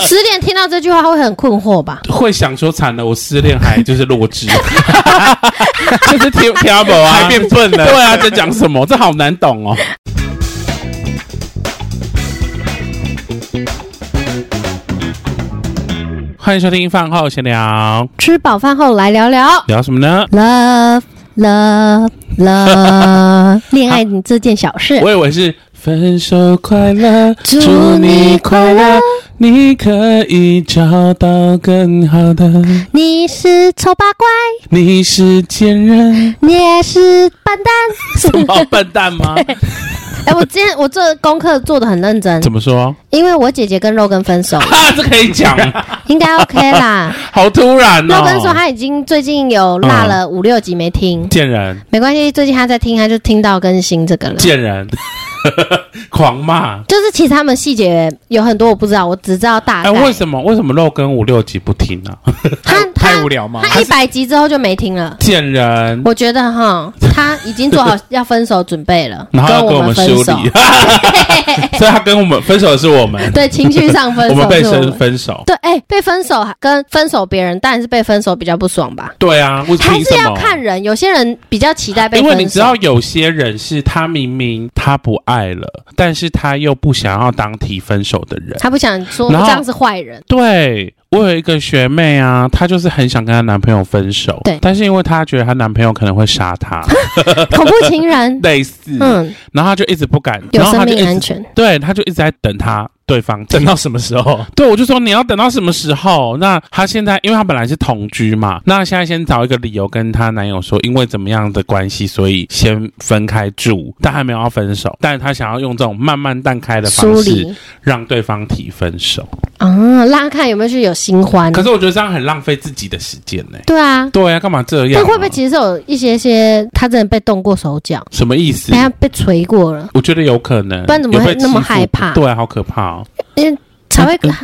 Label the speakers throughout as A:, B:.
A: 失恋听到这句话会很困惑吧？
B: 会想说惨了，我失恋还就是弱智， 就是 t t r o u b l 啊，
C: 还变笨了
B: 对啊，在讲什么？这好难懂哦。欢迎收听饭后闲聊，
A: 吃饱饭后来聊聊
B: 聊什么呢？
A: love love love 恋爱这件小事。
B: 我以为是分手快乐，
A: 祝
B: 祝你
A: 你
B: 快
A: 快
B: 乐
A: 乐，
B: 你可以找到更 好的。
A: 你是丑八怪，
B: 你是贱 人，
A: 你也是笨蛋。
B: 好笨蛋吗？
A: 哎、我今天我这功课做的很认真，
B: 怎么说？
A: 因为我姐姐跟肉根分 手，
B: 啊，这可以讲，
A: 应该 OK 啦。
B: 好突然
A: 肉根说
B: 哦！
A: 她已经最近有落了五六集没听，
B: 贱人，
A: 没关系，最近她在听，她就听到更新这个了。
B: 贱人， 狂骂！
A: 就是其实他们细节有很多我不知道，我只知道大概。
B: 哎，为什么为什么肉根五六集不啊听呢？
A: 他
C: 太
A: 他
C: 无聊吗？
A: 他一百集之后就没听了。
B: 贱人，
A: 我觉得哈，他已经做 好要分手准备了，
B: 然后要跟
A: 我
B: 我们
A: 分
B: 修
A: 手，
B: 理， 所以他跟我们分手的是我 们，
A: 对情绪上 分 手
B: 我
A: 是
B: 们
A: 我们，
B: 被分分手。
A: 对，哎、被分手还跟分手别人，当然是被分手比较不爽吧。
B: 对啊，为
A: 还
B: 凭
A: 是
B: 什
A: 要
B: 么？
A: 看人，有些人比较期待被
B: 因
A: 分手，
B: 为你知道，有些人是他明明他不爱了，但是他又不想要当提分手的人。
A: 他不想说
B: 然后
A: 这样是坏人，
B: 对我有一个学妹啊，她就是很想跟她男朋友分手，
A: 对
B: 但是因为她觉得她男朋友可能会杀 她，
A: 恐怖情 人，
B: 类似，
A: 嗯，
B: 然后她就一直不敢，
A: 有
B: 然后
A: 生
B: 她就一
A: 命
B: 直
A: 安，全。
B: 对，她就一直在等她对方
C: 等到什么时候？
B: 对，我就说你要等到什么时候？那她现在，因为她本来是同居嘛，那现在先找一个理由跟她男友说，因为怎么样的关系，所以先分开住，但还没有要分手，但是她想要用这种慢慢淡开的方
A: 疏
B: 式，
A: 离
B: 让对方提分手。
A: 啊，让他看有没有去有新欢。
B: 可是我觉得这样很浪费自己的时间呢、
A: 对啊，
B: 对呀、干嘛这样、
A: 但
B: 啊？
A: 会不会其实有一些些他真的被动过手脚，
B: 什么意思
A: 被？他被锤过了，
B: 我觉得有可能，
A: 不然怎么
B: 有
A: 会
B: 被欺负
A: 那么害怕
B: 对啊，好可怕哦！
A: 才
B: 嗯
A: 会。
B: 啊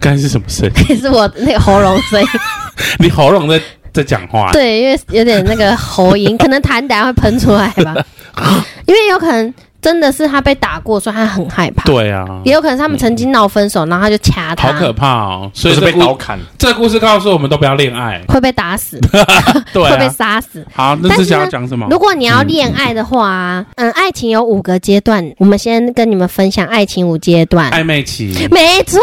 B: 刚才是什么声？
A: 可是我那个喉咙声音，
B: 你喉咙在在讲话？
A: 对，因啊为有点那个喉音，可能痰等下会喷出来 吧。因为有可能真的是他被打过，所以他很害怕。，
B: 对啊，
A: 也有可能他们曾经闹分手，然后他就掐他，
B: 好可怕哦！所
C: 就
B: 以
C: 是
B: 这
C: 被
B: 故
C: 刀砍，
B: 这故事告诉我们都不要恋爱。
A: 哦会被打死，
B: 对
A: 会被
B: 啊，哦
A: 杀死。
B: 好，那
A: 但是
B: 是
A: 呢
B: 想要讲什么？
A: 如果你要恋爱的话啊，嗯，爱情有五个阶段，我们先跟你们分享爱情五阶段。
B: 暧昧期，
A: 没错，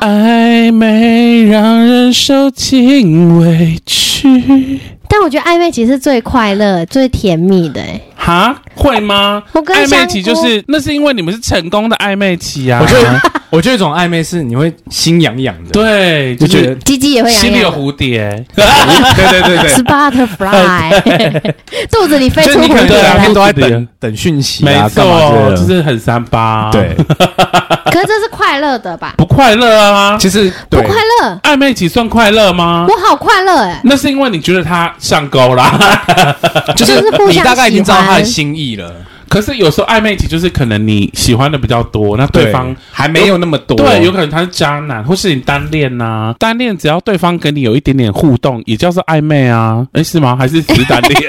B: 暧昧让人受尽委屈。
A: 但我觉得暧昧其实最快乐、最甜蜜的、欸。
B: 哈，会吗？
A: 我跟
B: 暧昧
A: 香
B: 期
A: 菇
B: 就是，那是因为你们是成功的暧昧期啊。
C: 我觉得，我觉得一种暧昧是你会心痒痒的，，
B: 对，
C: 就
B: 就
C: 觉
B: 是
C: 得
A: 鸡啊鸡也会痒
B: 心里有
A: 痒的。
B: 蝴蝶。
C: 对对对 对
A: 是 butterfly，肚 子里飞
C: 就
A: 出
C: 是你
A: 蝴
C: 可能
A: 蝶
B: 对
C: 这
B: 啊
C: 两
A: 来
C: 天。都在
B: 对
C: 等等讯息
B: 没
C: 啊，干嘛之类
B: 错，
C: 的
B: 就是很三八，，
C: 对，
A: 可是这是快乐的吧？
B: 不快乐啊。
C: 其实
A: 不
C: 对
A: 快乐，
B: 暧昧期算快乐吗？
A: 我好快乐哎、
B: 那是因为你觉得他上钩啦。
C: 就是
A: 就是互相
C: 你大概已经知道
A: 喜欢
C: 他的心意了，
B: 可是有时候暧昧期就是可能你喜欢的比较多，那对方
C: 还没有那么多，
B: 对有可能他是渣男，或是你单恋呐、单恋只要对方跟你有一点点互动，也叫做暧昧啊。诶，是吗？还是只是单 恋？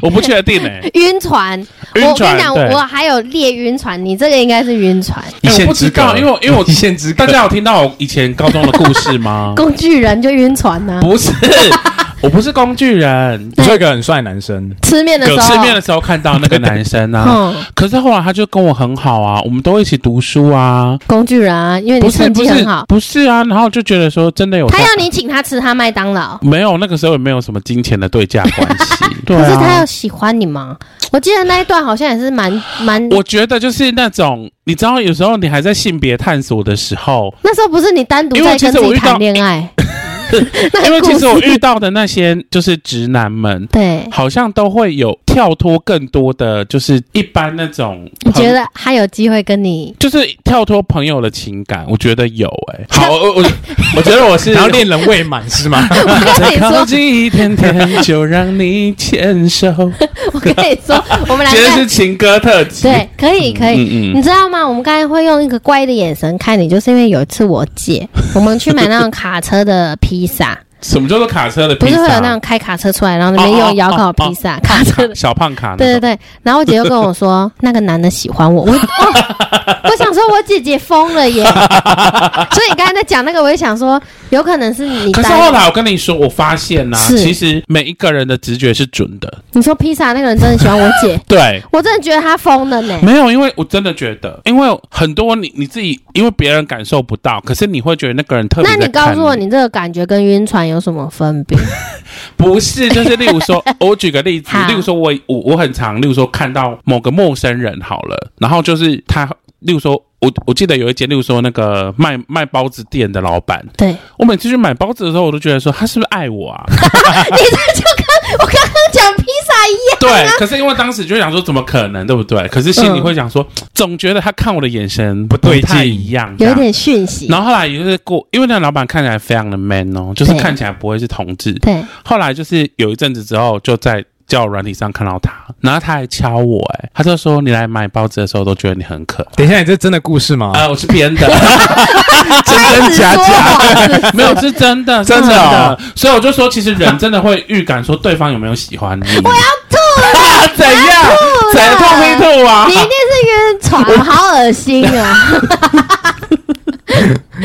B: 我不确定诶。
A: 晕船，
B: 晕
A: 我跟
B: 船
A: 你讲，
B: 对
A: 我还有列晕船，你这个应该是晕船，？
C: 一
B: 诶我
C: 线
B: 不
C: 之
B: 知
C: 隔
B: 道，因为我因 为我
C: 一线之隔
B: 大，家有听到我以前高中的故事吗
A: 工具人就晕船啊呐、
B: 不是，我不是工具人。
C: 你说一个很帅的男生，
A: 吃面的时候，
B: 吃面的时候看到那个 男生啊，
A: 嗯，
B: 可是后来他就跟我很好啊，我们都一起读书啊，
A: 工具人啊，因为你
B: 不是
A: 成
B: 不
A: 绩
B: 是
A: 很好，
B: 不是啊，然后就觉得说真的有
A: 他要你请他吃他麦当劳，
B: 没有那个时候也没有什么金钱的对价关 系，对
A: 可是他
B: 啊
A: 要，喜欢你吗？我记得那一段好像也是蛮蛮，
B: 我觉得就是那种你知道，有时候你还在性别探索的时候，
A: 那时候不是你单独
B: 因为
A: 在
B: 其
A: 跟
B: 实
A: 自
B: 我
A: 己
B: 遇到
A: 谈恋爱，那
B: 因为
A: 个故
B: 其实我遇
A: 事
B: 到的那些就是直男们。
A: 对，
B: 好像都会有跳脱更多的，就是一般那种
A: 你
B: 朋
A: 觉得他有机会跟你
B: 就是跳脱朋友的情感，我觉得有哎、好，我我我觉得我是
C: 然后恋人未满 是吗？
A: 我跟你
B: 靠
A: 说，
B: 近一点点，就让你牵手。
A: 我跟你说，我们两
B: 今天是
A: 个
B: 情歌特辑，
A: 对，可以可以。
B: 嗯
A: 你知道吗？我们刚才会用一个怪异的眼神看你，就是因为有一次我姐，我们去买那种卡车的披萨，
B: 什么叫做卡车的
A: 不
B: 披
A: 是
B: 萨？
A: 会有那种开卡车出来，然后那边用窑烤披萨，卡车的。
B: 小胖卡那种，
A: 对对对，然后我姐就跟我说，那个男的喜欢我，我、哦、我想说，我姐姐疯了耶！所以你刚才在讲那个，我也想说，有可能是你
B: 可是
A: 带
B: 后来我跟你说，我发现呐、
A: 是
B: 其实每一个人的直觉是准的。
A: 你说披萨那个人真的喜欢我姐，
B: 对，
A: 我真的觉得她疯了呢。
B: 没有，因为我真的觉得，因为很多你你自己，因为别人感受不到，可是你会觉得那个人特别
A: 那
B: 在看。
A: 你告诉我，你这个感觉跟晕船有什么分 别？
B: 不是，就是例如 说，我举个例子
A: 好，
B: 例如说我我我很常，例如说看到某个陌生人好了，然后就是他，例如说我我记得有一间，例如说那个卖卖包子店的老板，
A: 对，
B: 我每次去买包子的时候，我都觉得说他是不是爱我啊？
A: 你这就跟我刚刚讲 披萨一样。
B: 对，可是因为当时就想说怎么可能，对不对？可是心里会想说，总觉得他看我的眼神
C: 不对劲
B: 太一样，这
A: 有
B: 样
A: 点讯息。
B: 然后后来也就是过，因为那个老板看起来非常的 man 哦，就是
A: 对
B: 看起来不会是同志。
A: 对，
B: 后来就是有一阵子之后，就在交友软体上看到他，然后他还敲我、哎，他就说你来买包子的时候都觉得你很可爱。
C: 等一下，你这真的故事吗？
B: 呃，我是 编的，
C: 真真假假，
A: 假，
B: 没有是真的，是
C: 真
B: 真
C: 的哦
B: 所以我就说，其实人真的会预感说对方有没有喜欢你。我要
A: 吐了，
B: 怎样？
A: 吐了
B: 怎样痛没痛啊
A: 你？一定是晕船， 好恶心啊！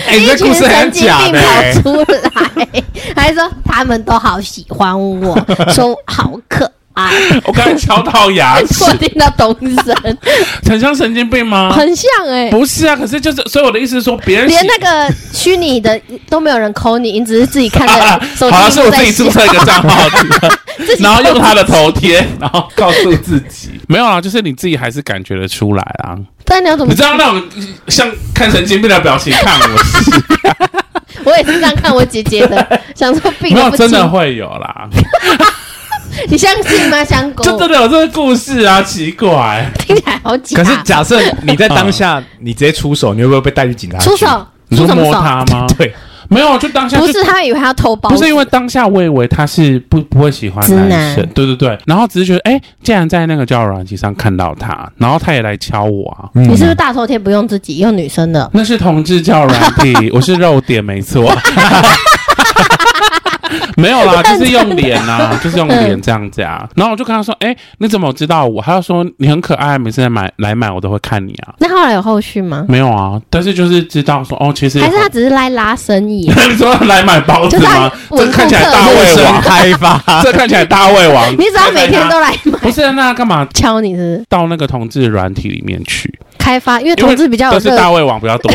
C: 哎，你
A: 一
C: 这
A: 群
C: 故事
A: 神
C: 很
A: 经
C: 假
A: 病
C: 的欸。
A: 跑出来，还说他们都好喜欢我，说我好可 爱，
B: 我刚才敲到牙 齿
A: 我，听到东 声，
B: 很像神经病吗？
A: 很像哎、
B: 不是啊，可是就是，所以我的意思是说，别人喜
A: 连那个虚拟的都没有人抠你，你只是自己看着手机
B: 好
A: 一
B: 像是
A: 直
B: 我自
A: 在
B: 己
A: 笑
B: 注，册一个账 号，
A: 自己
B: 然后
A: 抠
B: 用他的头贴，然后告诉自己 没有啊，就是你自己还是感觉得出来啊。
A: 但你要怎么
B: 你知？道那种像看神经病的表情看我是，
A: 我也是这样看我姐姐 的，想说病
B: 没
A: 都
B: 有
A: 不
B: 真的
A: 轻
B: 会有啦，
A: 你相信吗？香狗
B: 就真的有这个故事啊，奇怪，
A: 听起来好假。
C: 可是假设你在当下，你直接出手，你会不会被带去警察局？
A: 出手，
B: 你
A: 出什
B: 说
A: 么
B: 摸
A: 手？
B: 他 吗？
C: 对，
B: 没有，啊就当下
A: 不，
B: 就是
A: 他以为他要偷包，
B: 不是因为当下我以为他是不不会喜欢男
A: 直
B: 生
A: 男，
B: 对对对，然后只是觉得哎、竟然在那个交友软件上看到他，然后他也来敲我啊。
A: 你
C: 你
A: 是不是大头贴不用自己，用女生的？
B: 那是同志叫软 体，我是肉点，没错。 没有 啦，就是用脸啊，就是用脸这样子啊。然后我就跟他说：“哎、你怎么知道我？”他就说：“你很可爱，每次来买来买我都会看你啊。
A: 那后来有后续”吗？
B: 没有啊，但是就是知道说哦，其实
A: 还是他只是来拉生 意？
B: 你说来买包子吗？
A: 就是他
B: 这看起来
A: 文
B: 大
A: 控
B: 胃王，
C: 开发
B: 这看起来大胃王。
A: 你只要每天都来
B: 不是啊那干嘛
A: 敲你是不是
B: 到那个同志软体里面去？
A: 开发，因为
B: 因为
A: 同志比较有
B: 都是
A: 这个
B: 大胃王比较多。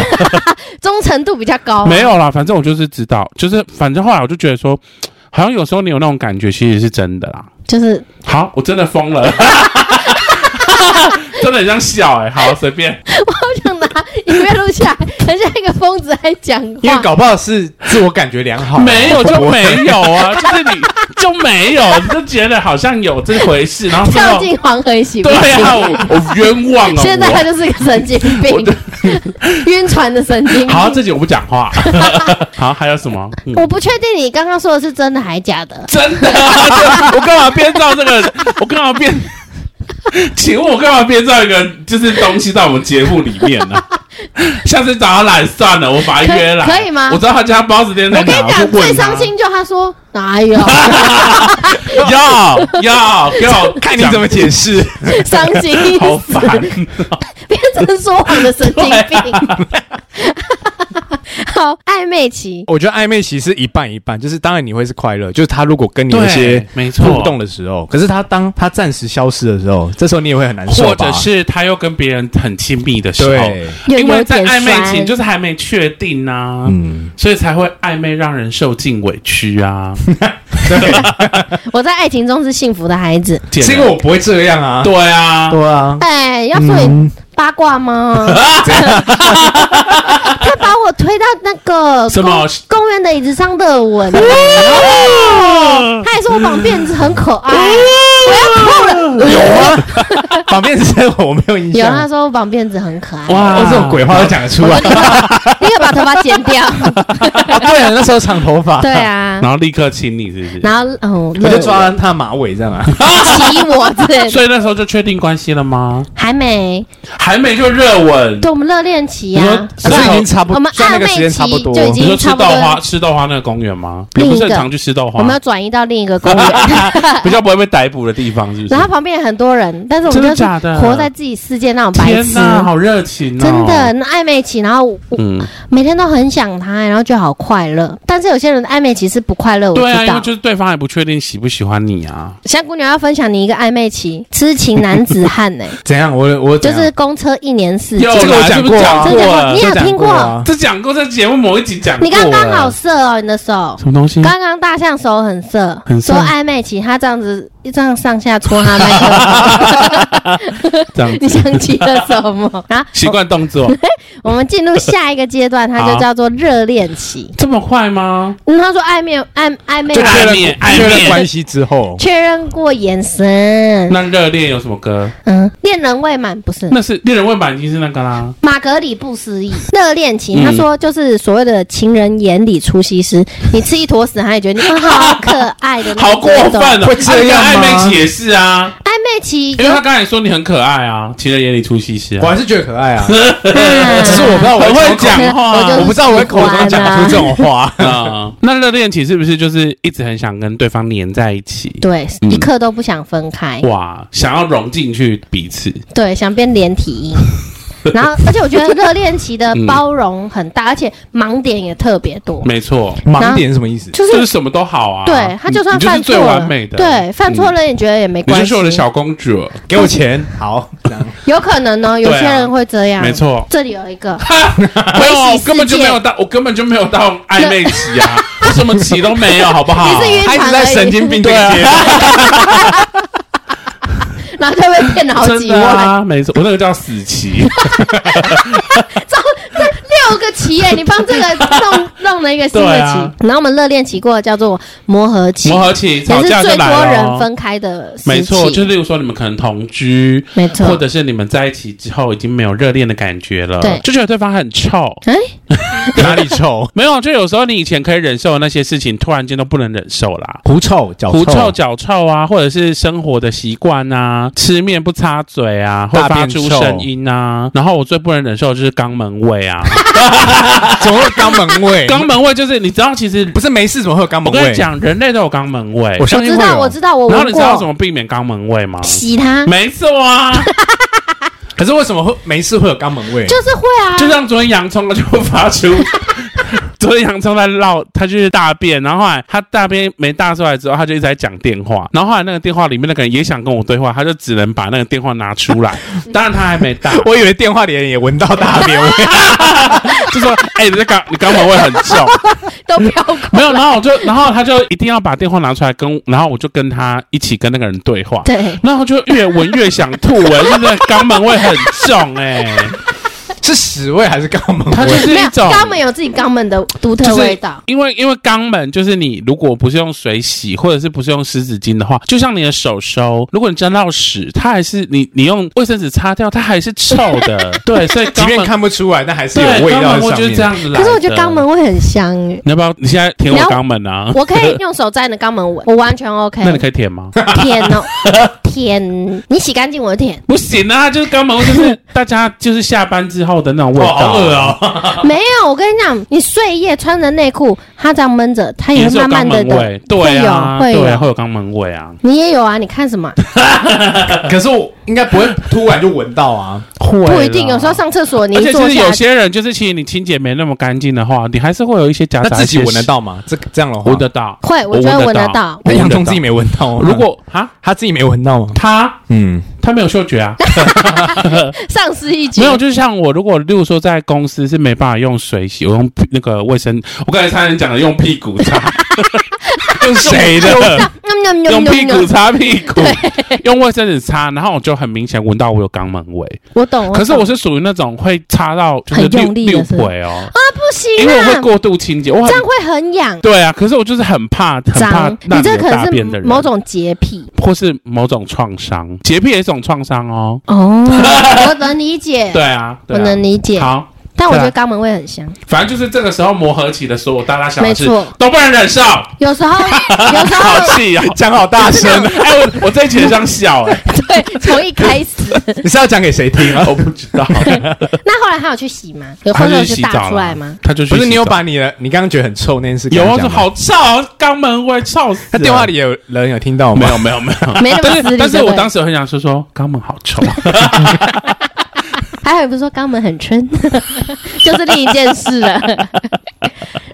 A: 忠诚度比较高。
B: 没，有啦，反正我就是知道，就是反正后来我就觉得说，好像有时候你有那种感觉，其实是真的啦。
A: 就是
B: 好，我真的疯了， 真的很像笑哎、好，随便，
A: 我想拿影片录下来，很像一个疯子在讲
C: 因为
A: 话。
C: 搞不好是自我感觉良 好，啊
B: 没有就没有 啊，就是你就没有，你就觉得好像有这回事，然后最
A: 跳
B: 后
A: 进黄河洗不
B: 对啊，我我冤枉了
A: 现在他
B: 我。
A: 就是个神经病， 晕船的神经病。
B: 好，这集我不讲 话。好，还有什么？嗯
A: 我不确定你刚刚说的是真的还假的。
B: 真的、啊， 我干嘛编造这个？我干嘛编？ 请问我干嘛编造一个就是东西在我们节目里面呢、 下次找他来算了，我把他约来
A: 可以可以吗
B: 我知道他家包子店
A: 我
B: 在
A: 跟
B: 哪，
A: 你讲，
B: 就问啊
A: 最
B: 他
A: 伤心就他说哪有啊
B: 要要 给我
C: 看你怎么解释。
A: 伤心，
B: 好烦哦、
A: 变成说谎的神经 病。
B: 啊
A: 好，暧昧期，
C: 我觉得暧昧其实一半一半，就是当然你会是快乐，就是他如果跟你有一些
B: 对没错
C: 互动的时候，可是他当他暂时消失的时候，这时候你也会很难受
B: 或
C: 吧
B: 者是他又跟别人很亲密的时候，
C: 对，
A: 有
B: 因为
A: 有
B: 在
A: 点
B: 暧昧
A: 酸
B: 期就是还没确定呐、
C: 嗯，
B: 所以才会暧昧让人受尽委屈 啊。
A: 我在爱情中是幸福的孩子。
C: 是因为我不会这样啊，
B: 对啊，
C: 对啊，
A: 哎，要说你八卦 吗？他把我推到那个
B: 什么
A: 公公园的椅子上热吻， 哎
C: 啊
B: 哦
A: 他还说我绑辫子很可 爱，我要吐了。
B: 哎
C: 有吗？ 反面之生活我没有印
A: 有，啊他
C: 象，
A: 说我绑辫子很可爱。
B: 哇
C: 哦，这种鬼话都讲 得出来。
A: 立刻把头发剪掉。
C: 啊对啊，那时候长头发，
A: 对，啊，
B: 然后立刻亲你，是不是？
A: 然后嗯，
C: 我就抓
A: 热
C: 他的马尾这 样啊，
A: 吻骑我之类的，
B: 所以那时候就确定关系了吗？
A: 还没，
B: 还没就热吻，
A: 对我们热恋期
B: 你说
A: 啊，
C: 可是已经差不
A: 我们
C: 算那个时
A: 暧昧
C: 间差不
A: 期
C: 多，
A: 就已
B: 你
A: 经
B: 说吃
A: 差不
B: 豆
A: 多
B: 花，吃豆花那个公园吗？你
A: 另一
B: 不
A: 个
B: 是很常去吃豆花
A: 我，们要转移到另一个 公园，
B: 比较不会被逮捕的地方，是不是
A: 然？后旁边有很多人，但是我们
B: 真
A: 就
B: 的
A: 是
B: 假的
A: 活在自己世界那种白
B: 天
A: 痴，
B: 哪，好热情哦！
A: 真的，那暧昧期，然后我
B: 嗯，
A: 每天都很想他，然后就好快乐。但是有些人的暧昧期是不快乐，我
B: 对啊，
A: 知
B: 因
A: 道
B: 为。就是对方也不确定喜不喜欢你啊。
A: 香姑娘要分享你一个暧昧期，痴情男子 汉呢、
B: 啊
C: 怎样？我我
A: 就
C: 怎样
A: 是公车一年四季
B: 又，
C: 这个我讲过啊
B: 来
A: 真
B: 是不是
A: 的
B: 讲
A: 吗？
B: 了
A: 你有
C: 这讲
A: 听
C: 过啊
B: 这讲过，在节目某一集讲过
A: 你
B: 了。
A: 刚刚好色哦，你的手。
B: 什么东西？
A: 刚刚大象手很色，
B: 嗯很色
A: 说暧昧期，他这样子一这样上下搓他麦克风，
B: 这样
A: 你想起了什 么？啊，
B: 习惯动作
A: 我们进入下一个阶段，它就叫做热恋期。
B: 这么快吗？
A: 嗯，他说暧昧暧暧昧
C: 就确
B: 暧
C: 认
B: 昧暧昧
C: 确认关系之后，
A: 确认过眼神，
B: 那热恋有什么歌？
A: 嗯，恋人未满不是
B: 那是恋人未满已经是那个啦。
A: 马格里不思议热恋期，
B: 嗯
A: 他说就是所谓的情人眼里出西施，你吃一坨屎，他也觉得你、啊好可爱的那
B: 好
A: 种，
B: 过分哦！
C: 会这样吗
B: 啊你跟暧昧期也是啊，
A: 暧昧期
B: 因为他刚才说你很可爱啊，情人眼里出西施
C: 我
B: 啊。
C: 还是觉得可爱啊。
A: 啊
C: 只是我不知道我
B: 很会
C: 会
B: 讲
C: 讲，
B: 话
A: 我就
C: 我不知道我会口中讲出这种 话。
B: 啊，那热恋期是不是就是一直很想跟对方黏在一起？
A: 对，
B: 嗯
A: 一刻都不想分开，
B: 哇，想要融进去彼此，
A: 对，想变连体 婴。然后，而且我觉得热恋期的
B: 嗯
A: 包容很大，而且盲点也特别多，
B: 没错，
C: 盲点是什么意思？
A: 就
B: 就是是什么都好啊。
A: 对他就算
B: 你就是
A: 犯错
B: 最完
A: 了
B: 美，的，嗯
A: 对，犯错了你觉得也没
B: 你
A: 关
B: 就是
A: 系
B: 我，的小公主，
C: 给我钱，好，这样
A: 有可能哦，有
B: 对啊
A: 些人会这样，
B: 没。错。
A: 这里有一个，
B: 没有，我根本就没
A: 世
B: 有
A: 界
B: 到，我根本就没有到暧昧期啊， 我什么期都没有，好不 好？
A: 你是晕
C: 他一
A: 船
C: 直
A: 而
C: 在
A: 已，
C: 神经病对
B: 对
C: 接。
B: 啊，
A: 然后就被骗了好 哦
B: 真
A: 几
B: 的
A: 万，
B: 啊，没错，我那个叫死期，
A: 六个期耶！你帮这个 弄弄了一个新的
B: 对
A: 期
B: 啊，
A: 然后我们热恋期过了叫做磨合期，
B: 磨合期，
A: 也
B: 吵
A: 是
B: 架就
A: 最多
B: 来
A: 人
B: 了。哦
A: 分开的时期，
B: 没错，就例如说你们可能同居，
A: 没错
B: 或者是你们在一起之后已经没有热恋的感觉了，
A: 对
B: 就觉得对方很臭。
A: 哎，
C: 哪里臭？
B: 没有，就有时候你以前可以忍受的那些事情，突然间都不能忍受啦。
C: 狐臭，脚
B: 狐臭、脚臭啊，或者是生活的习惯啊，吃面不擦嘴啊，会
C: 大
B: 发
C: 便
B: 出
C: 臭
B: 声音啊。然后我最不能忍受的就是肛门味啊，
C: 怎么会有肛门 味？
B: 肛门味就是你知道，其实
C: 不是没事，怎么会有肛
B: 我
C: 门味？
B: 跟你，讲，人类都有肛门味
C: 我。
A: 我
C: 相信
A: 知
C: 会哦
A: 道，
C: 有。
A: 我知道，我
B: 然后
A: 闻
B: 你知道怎
A: 过，
B: 么避免肛 门味吗？
A: 洗它
B: 没错啊，
C: 可是为什么会没事会有肛门味？
A: 就是会 啊，
B: 就像昨天洋葱，它就发出。 昨天洋葱在绕，他就是大便，然后后来他大便没大出来之后，他就一直在讲电话，然后后来那个电话里面那个人也想跟我对话，他就只能把那个电话拿 出来，当然他还没大，
C: 我以为电话里的人也闻到大 便味。
B: 就说：“哎、你这肛你肛门味很重。
A: 都飘 过”，
B: 没有，然后我就，哎然后他就一定要把电话拿出来跟，然后我就跟他一起跟那个人对 话，
A: 对，
B: 然后就越闻越想吐，闻那个肛门味很重哎、
C: 是屎味还是肛门
B: 它就
C: 味？
B: 是
A: 没有
B: 一种
A: 肛门有自己肛门的独特味道，
B: 因为因为肛门就是你如果不是用水洗，或者是不是用湿纸巾的话，就像你的手手，如果你沾到屎，它还是你你用卫生纸擦掉，它还是臭 的。对，所以
C: 即
B: 肛
C: 便
B: 门
C: 看不出来，但还是
B: 对
C: 有味
B: 肛
C: 道
B: 门
C: 在
B: 味
C: 上
B: 就是这
C: 面。
B: 样子来的。
A: 可是我觉得肛门会很香诶。
B: 你要不要你现在舔我
A: 你要
B: 肛门啊？
A: 我可以用手在你的肛门 闻，我完全 OK。
B: 那你可以舔吗？
A: 舔 哦，舔，你洗干净我就舔。
B: 不行啊，就是肛门味就是大家就是下班之后的那种味
C: 哇，
B: 道。
C: 好恶！哦！
A: 没有，我跟你讲，你睡夜穿着内裤，它这样闷着，它也
B: 也
A: 会
B: 是有
A: 哎慢慢
B: 肛
A: 的
B: 门
A: 的
B: 味，，对啊，
A: 会有
B: 对
A: 会
B: 啊，
A: 有。
B: 会有肛门味啊，
A: 你也有啊？你看什么？
C: 可是我应该不会突然就闻到啊。
B: 会
A: 不一定，有时候上厕所你
B: 而
A: 一
B: 且
A: 坐
B: 就是
A: 下
B: 有，些人，就是其实你清洁没那么干净的话，你还是会有一些夹
C: 那
B: 杂。
C: 自己闻得，到吗？这这样的话，
B: 闻得到。
A: 会，我觉得闻得到。
B: 我
C: 那洋
B: 闻得
C: 葱自
B: 到
C: 己。没闻到吗？
B: 如果啊，
C: 他自己没闻到吗？
B: 他
C: 嗯，
B: 他没有嗅觉啊，
A: 上司一局
B: 没有，就是像我，如果例如说在公司是没办法用水洗，我用屁那个卫生，我刚才差点讲了用屁股 擦，
C: 用 谁的？
A: 嗯嗯嗯
B: 用
A: 嗯
B: 屁股
A: 嗯
B: 擦屁股，用卫生纸擦，然后我就很明显闻到我有肛门味。
A: 我懂。
B: 可是我
A: 懂
B: 是属于那种会擦到就是
A: 很
B: 六
A: 用力的
B: 六
A: 是
B: 腿哦，
A: 不行
B: 因为我会
A: 啊，
B: 过度清洁，我
A: 这
B: 很
A: 样会很痒。
B: 对啊，可是我就是很怕很怕
A: 脏，
B: 让
A: 你这
B: 有
A: 可
B: 大
A: 能
B: 便的
A: 是
B: 人
A: 某种洁癖
B: 或是某种创伤，洁癖也是一种创伤哦。
A: 哦，我能理解，
B: 对啊，对
A: 我
B: 啊
A: 能理解。
B: 好，
A: 但我觉
B: 对啊
A: 得肛门味很香。
B: 反正就是这个时候磨合起的所有大大小小
A: 没
B: 事
A: 错
B: 都不能忍受，
A: 有时候，有 时
B: 好
A: 候
B: 气哦！
C: 讲好大声，
B: 哎，我我这一集很想笑 哎，
A: 对，从一开 始。
C: 你是要讲给谁听啊？
B: 我不知 道，
A: 那后来他有去洗吗？有
B: 他
A: 或
B: 就
A: 者
B: 去
A: 有去
B: 洗澡
A: 大出
B: 了
A: 来吗？？
B: 他就去
C: 不是
B: 洗
C: 你有
B: 澡
C: 把你的，你刚刚觉得很臭那件事跟
B: 有
C: 他
B: 啊，
C: 讲
B: 说
C: 吗
B: 好臭哦，肛门味臭死了。
C: 他电话里有人有听到吗
B: 没？有没有没有，
A: 没 那么
B: 但
A: 私
B: 是
A: 密
B: 但是
A: 对不
B: 我
A: 对
B: 当时很想说说肛门好 臭，
A: 还有不是说肛门很春， 就是另一件事 了。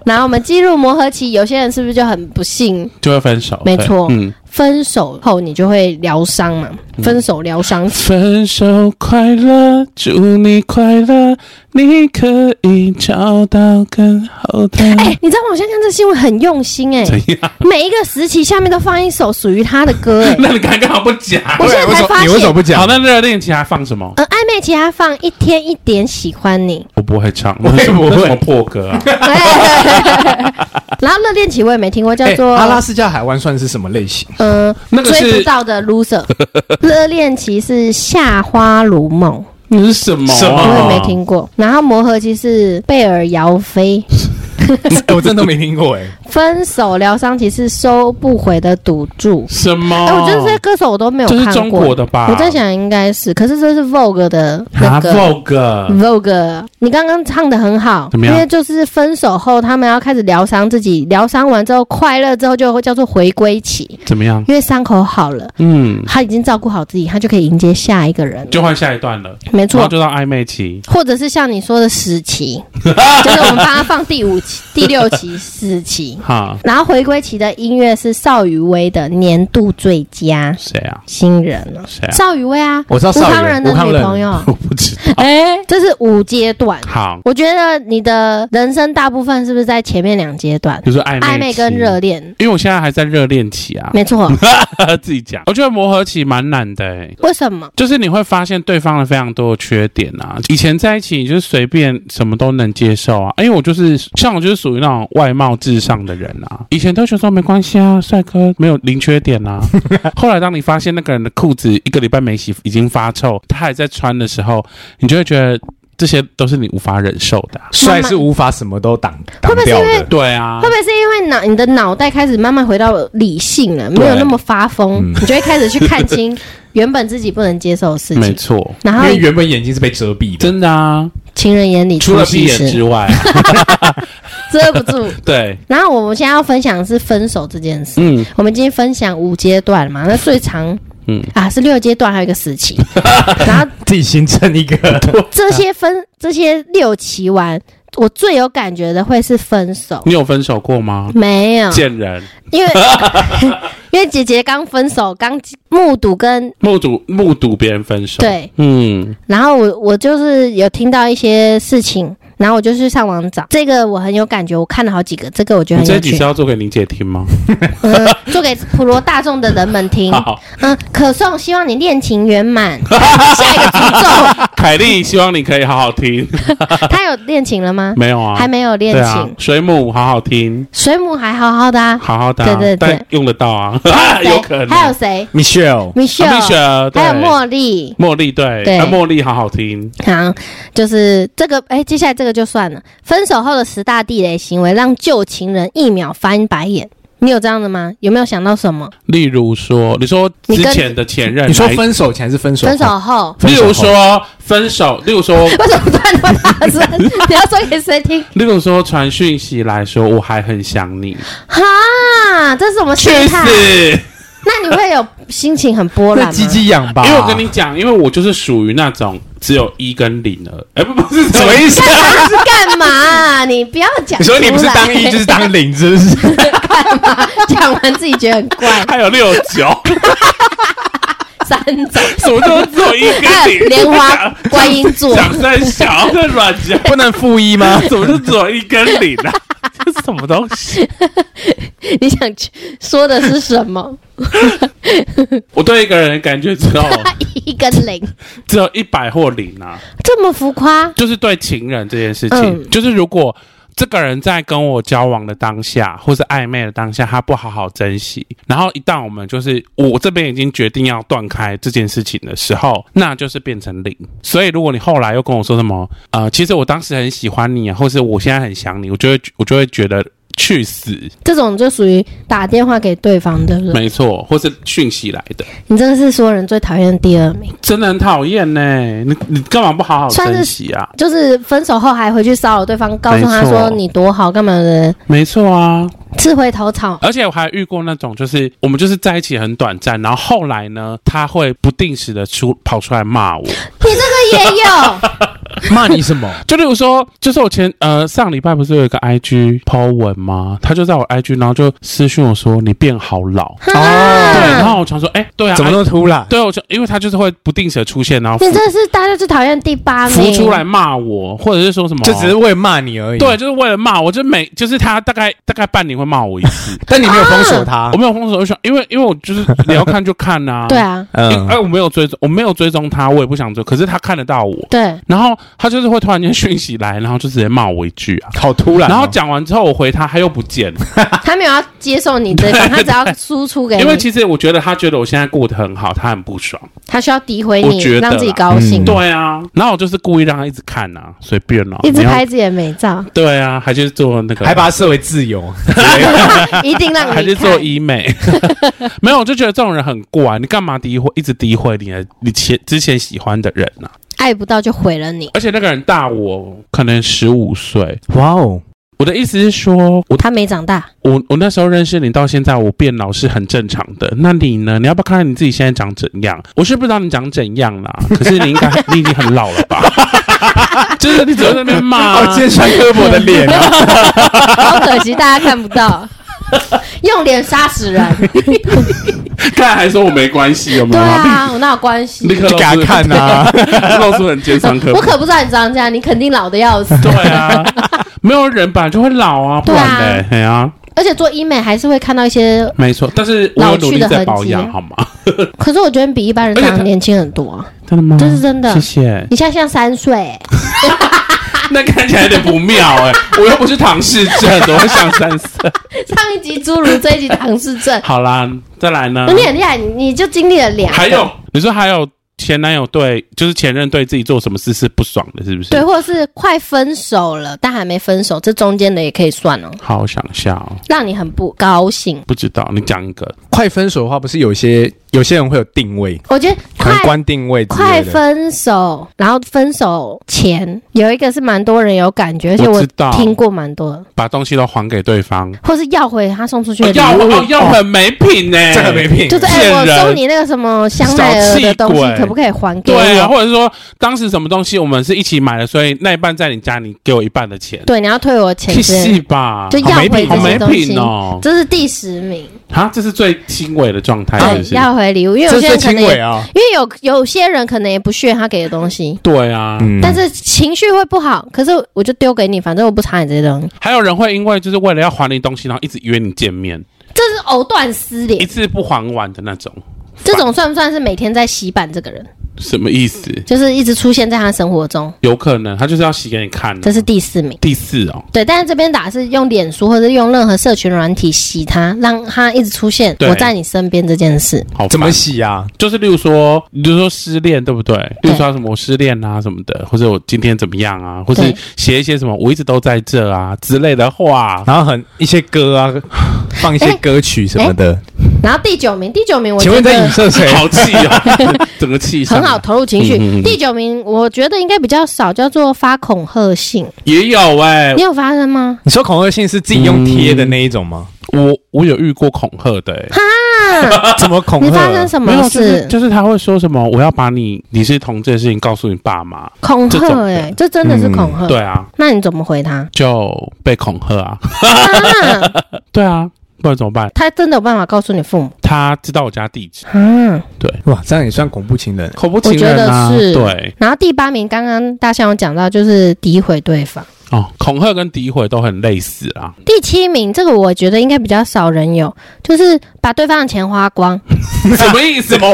A: 然后我们进入磨合期，有些人是不是就很不幸
B: 就会分手。
A: 没
B: 对
A: 错
B: 嗯，
A: 分手后你就会疗伤嘛？分手疗伤期，
B: 分手快乐，祝你快乐，你可以找到更好的。
A: 哎、你知道网上看这新闻很用心哎、
B: 怎样？
A: 每一个时期下面都放一首属于他的歌 哎、
B: 那你刚刚好不讲。
A: 我现在
C: 为
A: 才
C: 什么
A: 发
C: 你为什
A: 现。
C: 么不讲
B: 好，？那热恋期还放什么？
A: 呃，暧昧期他放一天一点喜欢 你，
B: 我不会唱，
C: 我也
B: 那
C: 不会
B: 那什么破歌啊？
A: 然后热恋期我也没听过，叫
C: 哎
A: 做、
C: 阿拉斯加海湾算是什么类型？
A: 嗯，
B: 那个
A: 追
B: 是
A: 不到的 loser，热恋期是夏花如梦，
B: 那是什么啊？
C: 什么
A: 我也没听过。然后磨合期是贝尔摇飞，
C: 哎我真的都没听过哎。
A: 分手疗伤期是收不回的赌注。
B: 什么？
A: 哎、我觉得这些歌手我都没有
B: 哦这
A: 看过，
B: 是中国的吧？
A: 我在想应该是，可是这是 Vogue 的那
B: 啊
A: 个。
B: Vogue，
C: 嗯
A: Vogue，你刚刚唱的很好，
B: 怎么
A: 因
B: 样
A: 为就是分手后，他们要开始疗伤自己，疗伤完之后快乐之后就会叫做回归期，
B: 怎么样？
A: 因为伤口好了，
B: 嗯，
A: 他已经照顾好自己，他就可以迎接下一个人了。
B: 就换下一段了，
A: 没
B: 然后
A: 错，
B: 就到暧昧期。
A: 或者是像你说的死 期，就是我们帮他放第五期、第六期、死期。
B: 哈，
A: 然后回归期的音乐是邵雨薇的年度最佳
B: 谁啊？
A: 新人了。
B: 谁啊？。
A: 邵雨薇啊，
C: 我知道
A: 吴
C: 邵雨薇
A: 康仁的
C: 吴康
A: 女
C: 仁
A: 朋友
B: 我不知道。
A: 哎、这是五阶段。
B: 好，
A: 我觉得你的人生大部分是不是在前面两阶段，
B: 就是暧昧
A: 暧昧
B: 期
A: 跟热，恋？
B: 因为我现在还在热恋期啊。
A: 没错，
B: 自己讲，我觉得磨合期蛮难的、欸。
A: 为什么？
B: 就是你会发现对方的非常多的缺点啊，以前在一起你就是随便什么都能接受啊，因为我就是像我就是属于那种外貌至上的人啊，以前都觉得说没关系啊，帅哥没有零缺点啊，后来当你发现那个人的裤子一个礼拜没洗已经发臭，他还在穿的时候，你就会觉得这些都是你无法忍受的啊、
C: 帅是无法什么都挡
A: 会
C: 挡
A: 不会是
C: 掉
A: 因为
C: 的。
B: 对啊
A: 会，不会是因为脑你的脑袋开始慢慢回到理性了，没有那么发疯，
C: 嗯
A: 你就会开始去看 清原本自己不能接受的事
B: 没
A: 情，
B: 错，
A: 然
C: 因
A: 后
C: 为原本眼睛是被遮蔽的，
B: 真的啊，
A: 情人眼里
B: 除了
A: 西
B: 闭眼之
A: 施，
B: 外、啊，
A: 遮不住。
B: 对，
A: 然后我们现在要分享的是分手这件事。
B: 嗯
A: 我们今天分享五阶段嘛，那最长
B: 嗯。
A: 啊是六阶段，还有一个时 期。然后
C: 自己形成一个。
A: 这些分这些六期完，我最有感觉的会是分手。
B: 你有分手过吗？
A: 没有，
B: 见人
A: 因为 因为姐姐刚分手，刚目睹跟
B: 目睹目睹别人分手，，
A: 对，
B: 嗯，
A: 然后我我就是有听到一些事情，然后我就去上网找这个，我很有感觉，我看了好几个，这个我觉得很
B: 你这
A: 有
B: 一集是
A: 趣，
B: 要做给林姐听吗？
A: 嗯，做给普罗大众的人们听，
B: 好，
A: 嗯，可颂，希望你恋情圆满，下一个诅咒，
B: 凯莉，希望你可以好好听。
A: 他有恋情了吗？
B: 没有啊，
A: 还没有恋
B: 对啊
A: 情，，
B: 水母好好听，
A: 水母还好好的啊，
B: 好好的啊，
A: 对对对
B: 但用得到啊，
A: 还有
B: 有可
A: 谁？
B: 能。
A: 还有谁
C: Michelle，
B: 啊
A: ？Michelle，
B: Michelle，对
A: 还有茉莉。
B: 茉莉，对，
A: 对
B: 啊茉莉好好听，
A: 好，就是这个，哎，接下来这个就算了。分手后的十大地雷行为，让旧情人一秒翻白眼。你有这样的吗？有没有想到什么？
B: 例如说，你说
A: 你
B: 之
A: 跟
B: 前的前任，
C: 你说
B: 来
C: 分手前还是分手？
A: 分手。后，
B: 例如
C: 分手后
B: 说分手，例如说，
A: 为什么突然那么大声？你要说给谁听？
B: 例如说传讯息来说，我还很想你，
A: 哈，这是什么心
B: 去
A: 态？
B: 死！
A: 那你会有心情很波澜吗？
C: 那鸡鸡痒吧？
B: 因为我跟你讲，因为我就是属于那种只有一跟零了，哎、不不是
C: 什么 意思？
A: 是干嘛啊、你不要讲
C: 你
A: 出来。
C: 说你不是当一就是当零，是不是？
A: 干嘛？ 讲完自己觉得很怪，
B: 还有六九，
A: 三种。
B: 什么都只有一
A: 还
B: 跟
A: 有
B: 零，
A: 莲花观音座，
B: 讲三小在软讲，
C: 不能负一 吗？
B: 怎么就只有一跟零 啊？这什么东西？
A: 你想去说的是什么？
B: 我对一个人的感觉 只有
A: 一跟零，
B: 只有一百或零啊，
A: 这么浮夸？
B: 就是对情人这件事情，
A: 嗯
B: 就是如果这个人在跟我交往的当下，或是暧昧的当下，他不好好珍惜，然后一旦我们就是我这边已经决定要断开这件事情的时候，那就是变成零。所以如果你后来又跟我说什么，呃，其实我当时很喜欢你，或是我现在很想你，我就会我就会觉得去死，
A: 这种就属于打电话给对方，对不对？
B: 没错，或是讯息来的，
A: 你这个是所有人最讨厌的第二名，
B: 真的很讨厌呢。你你干嘛不好好
A: 算是
B: 珍惜啊？
A: 就是分手后还回去骚扰对方，告诉他
B: 没错
A: 说你多好干嘛的，
B: 没错啊，
A: 吃回头 草。
B: 而且我还遇过那种，就是我们就是在一起很短暂，然后后来呢，他会不定时的出跑出来骂我。
A: 你这个哎也 有，
C: 骂你 什么？
B: 就例如说，就是我前呃上礼拜不是有一个 IG po 文吗？他就在我 IG，然后就私讯我说你变好老。对，
C: 嗯
B: 然
A: 哈，
B: 后我想说，哎、对啊，
C: 怎么那么突然？
B: 对，我就因为他就是会不定时的出现，然后浮
A: 你这是大家最讨厌的第八名，
B: 浮出来骂我，或者是说什么，
C: 就只是为了骂你而已。
B: 对，，就是为了骂我，就每就是他大概大概半年会骂我一次，
C: 但你没有封
A: 啊
C: 锁他
B: 我。没有封锁，我就想因为因为我就是你要看就看啊，
A: 对啊，
B: 因为哎，
C: 嗯，
B: 我没有追踪，我没有追踪他，我也不想追，可是他看得到我，
A: 对，
B: 然后他就是会突然间讯息来，然后就直接骂我一句啊，
C: 好突然哦。
B: 然后讲完之后我回他，他又不见了，
A: 他没有要接受你 这一方，他只要输出给
B: 因为
A: 你，
B: 其实我觉得他觉得我现在过得很好，他很不爽，
A: 他需要诋毁
B: 我
A: 你
B: 觉得，啦
A: 让自己高兴
C: 嗯，
B: 对啊，然后我就是故意让他一直看啊，随便啊，
A: 一直
B: 你要
A: 拍，自己的美照，
B: 对啊，还是做那个，
C: 还把他设为自由，
A: 一定让你
B: 还是
A: 看
B: 做医美， 没有，我就觉得这种人很怪，你干嘛诋毁，一直诋毁你的你前之前喜欢的人啊？
A: 爱不到就毁了你，
B: 而且那个人大我可能十五岁，
C: 哇哦，
B: 我的意思是说，我
A: 他没长大，
B: 我我那时候认识你到现在，我变老是很正常的。那你呢？你要不要看看你自己现在长怎样？我是不知道你长怎样啦，可是你应 该你已经很老了吧？ 就是你只会在那边骂、啊
C: 哦，今天穿胳膊的脸啊，
A: 好可惜大家看不到， 用脸杀死人，
B: 刚才还说我没关系，有没
A: 对
B: 有？
A: 啊，我哪有关系
B: 立？刻
C: 就给他
B: 露出
C: 看，啊。
B: 露出很尖酸刻
A: 我
B: 薄。
A: 可不知道你长这样，你肯定老的要死，
B: 对啊， 没有人本来就会老啊，不
A: 对啊
B: 然嘞，哎呀、
A: 而且做医美还是会看到一些，
B: 没错。但是我有努
A: 老
B: 力
A: 去的
B: 在
A: 痕迹
B: 保养，好吗？
A: 可是我觉得你比一般人
B: 而且
A: 长
B: 他
A: 得年轻很多啊，
B: 真的吗？
A: 这是真的
B: 谢谢。
A: 你现在像三 岁，
B: 那看起来有点不妙哎、我又不是唐氏症，怎么会像三色？
A: 上一集侏儒，这一集唐氏 症，
B: 好啦，再来呢？
A: 你很厉害，你你就经历了两个，
B: 还有，你说还有前男友对，就是前任对自己做什么事是不爽的，是不是？
A: 对，。或者是快分手了但还没分手，这中间的也可以算哦，
B: 好，我想一下哦，
A: 让你很不高兴。
B: 不知道，你讲一个。
C: 快分手的话，不是有些有些人会有定位，
A: 我觉得
C: 可
A: 快
C: 能关定位之
A: 快
C: 类的。
A: 分手，然后分手前有一个是蛮多人有感觉，而且
B: 我
A: 我
B: 知道，
A: 听过蛮多的，
B: 把东西都还给对方，
A: 或是要回他送出去
B: 哦
A: 的礼
B: 要
A: 物，
B: 哦要很没品呢、
C: 这很没品，
A: 就是哎、
B: 骗
A: 我
B: 人
A: 送你那个什么香奈儿的东
B: 小气
A: 西，
B: 鬼
A: 可不可以还给我？
B: 对啊，或者是说当时什么东西我们是一起买的，所以那一半在你家，你给我一半的钱，
A: 对你要退我钱
B: 去
A: 之类
B: 戏
A: 的，
B: 吧，
A: 就要回
B: 好
A: 这
B: 没
A: 些东
B: 品
A: 西。
B: 哦！
A: 这是第十名，
B: 啊，这是最轻微的状态，是不
A: 对，
B: 是？
A: 哎要回礼物，因为有
C: 这
A: 些
C: 是
A: 人可
C: 轻
A: 能也
C: 微啊。
A: 因为有有些人可能也不屑他给的东西，
B: 对啊，
C: 嗯
A: 但是情绪会不好，可是我就丢给你，反正我不查你这些东西，
B: 还有人会因为就是为了要还你东西，然后一直约你见面，
A: 这是藕断丝
B: 一
A: 连。
B: 次不还完的那种，
A: 这种算不算是每天在洗版这个人，
B: 什么意思？
A: 就是一直出现在他生活中？
B: 有可能，他就是要洗给你看、啊。
A: 这是第四名。
B: 第四哦，
A: 对，但是这边打是用脸书或者用任何社群软体洗他，让他一直出现
B: 对
A: 我在你身边这件事。
B: 好烦
C: 怎么洗啊？
B: 就是例如说，你就说失恋对不对？例如说什么我失恋啊什么的，或者我今天怎么样啊，或是
A: 对
B: 写一些什么我一直都在这啊之类的话。
C: 然后很一些歌啊，放一些歌曲什么的。
A: 然后第九名，第九名我
C: 请
A: 觉
C: 问在影
A: 得
C: 射 谁？
B: 好气 哦，整个气上
A: 很好，投入情绪。
B: 嗯嗯嗯
A: 第九名我觉得应该比较少，叫做发恐吓信。
B: 也有哎、
A: 你有发生 吗？
C: 你说恐吓信是自己用贴的那一种吗？
B: 我我有遇过恐吓的、欸，
A: 啊，
C: 怎么恐
A: 你发生
C: 吓？
A: 什
B: 没有
A: 么
B: 就
A: 事？
B: 是就是他会说什么我要把你你是同志的事情告诉你爸妈，
A: 恐
B: 这种
A: 吓、
B: 的
A: 欸，这真的是恐吓、
B: 对，啊，
A: 那你怎么回 他？
B: 就被恐吓啊，
A: 啊，
B: 对啊，不然怎么办？
A: 他真的有办法告诉你父母？
B: 他知道我家地址，
A: 啊，
C: 哇，这样也算恐怖情人？
B: 恐怖情人啊，
A: 我觉得是
B: 对
A: 然后第八名，刚刚大象有讲到，就是诋毁对方。
B: 哦，恐吓跟诋毁都很类似 啊，
A: 第七名，这个我觉得应该比较少人有，就是把对方的钱花光，
B: 什么意思？
C: 么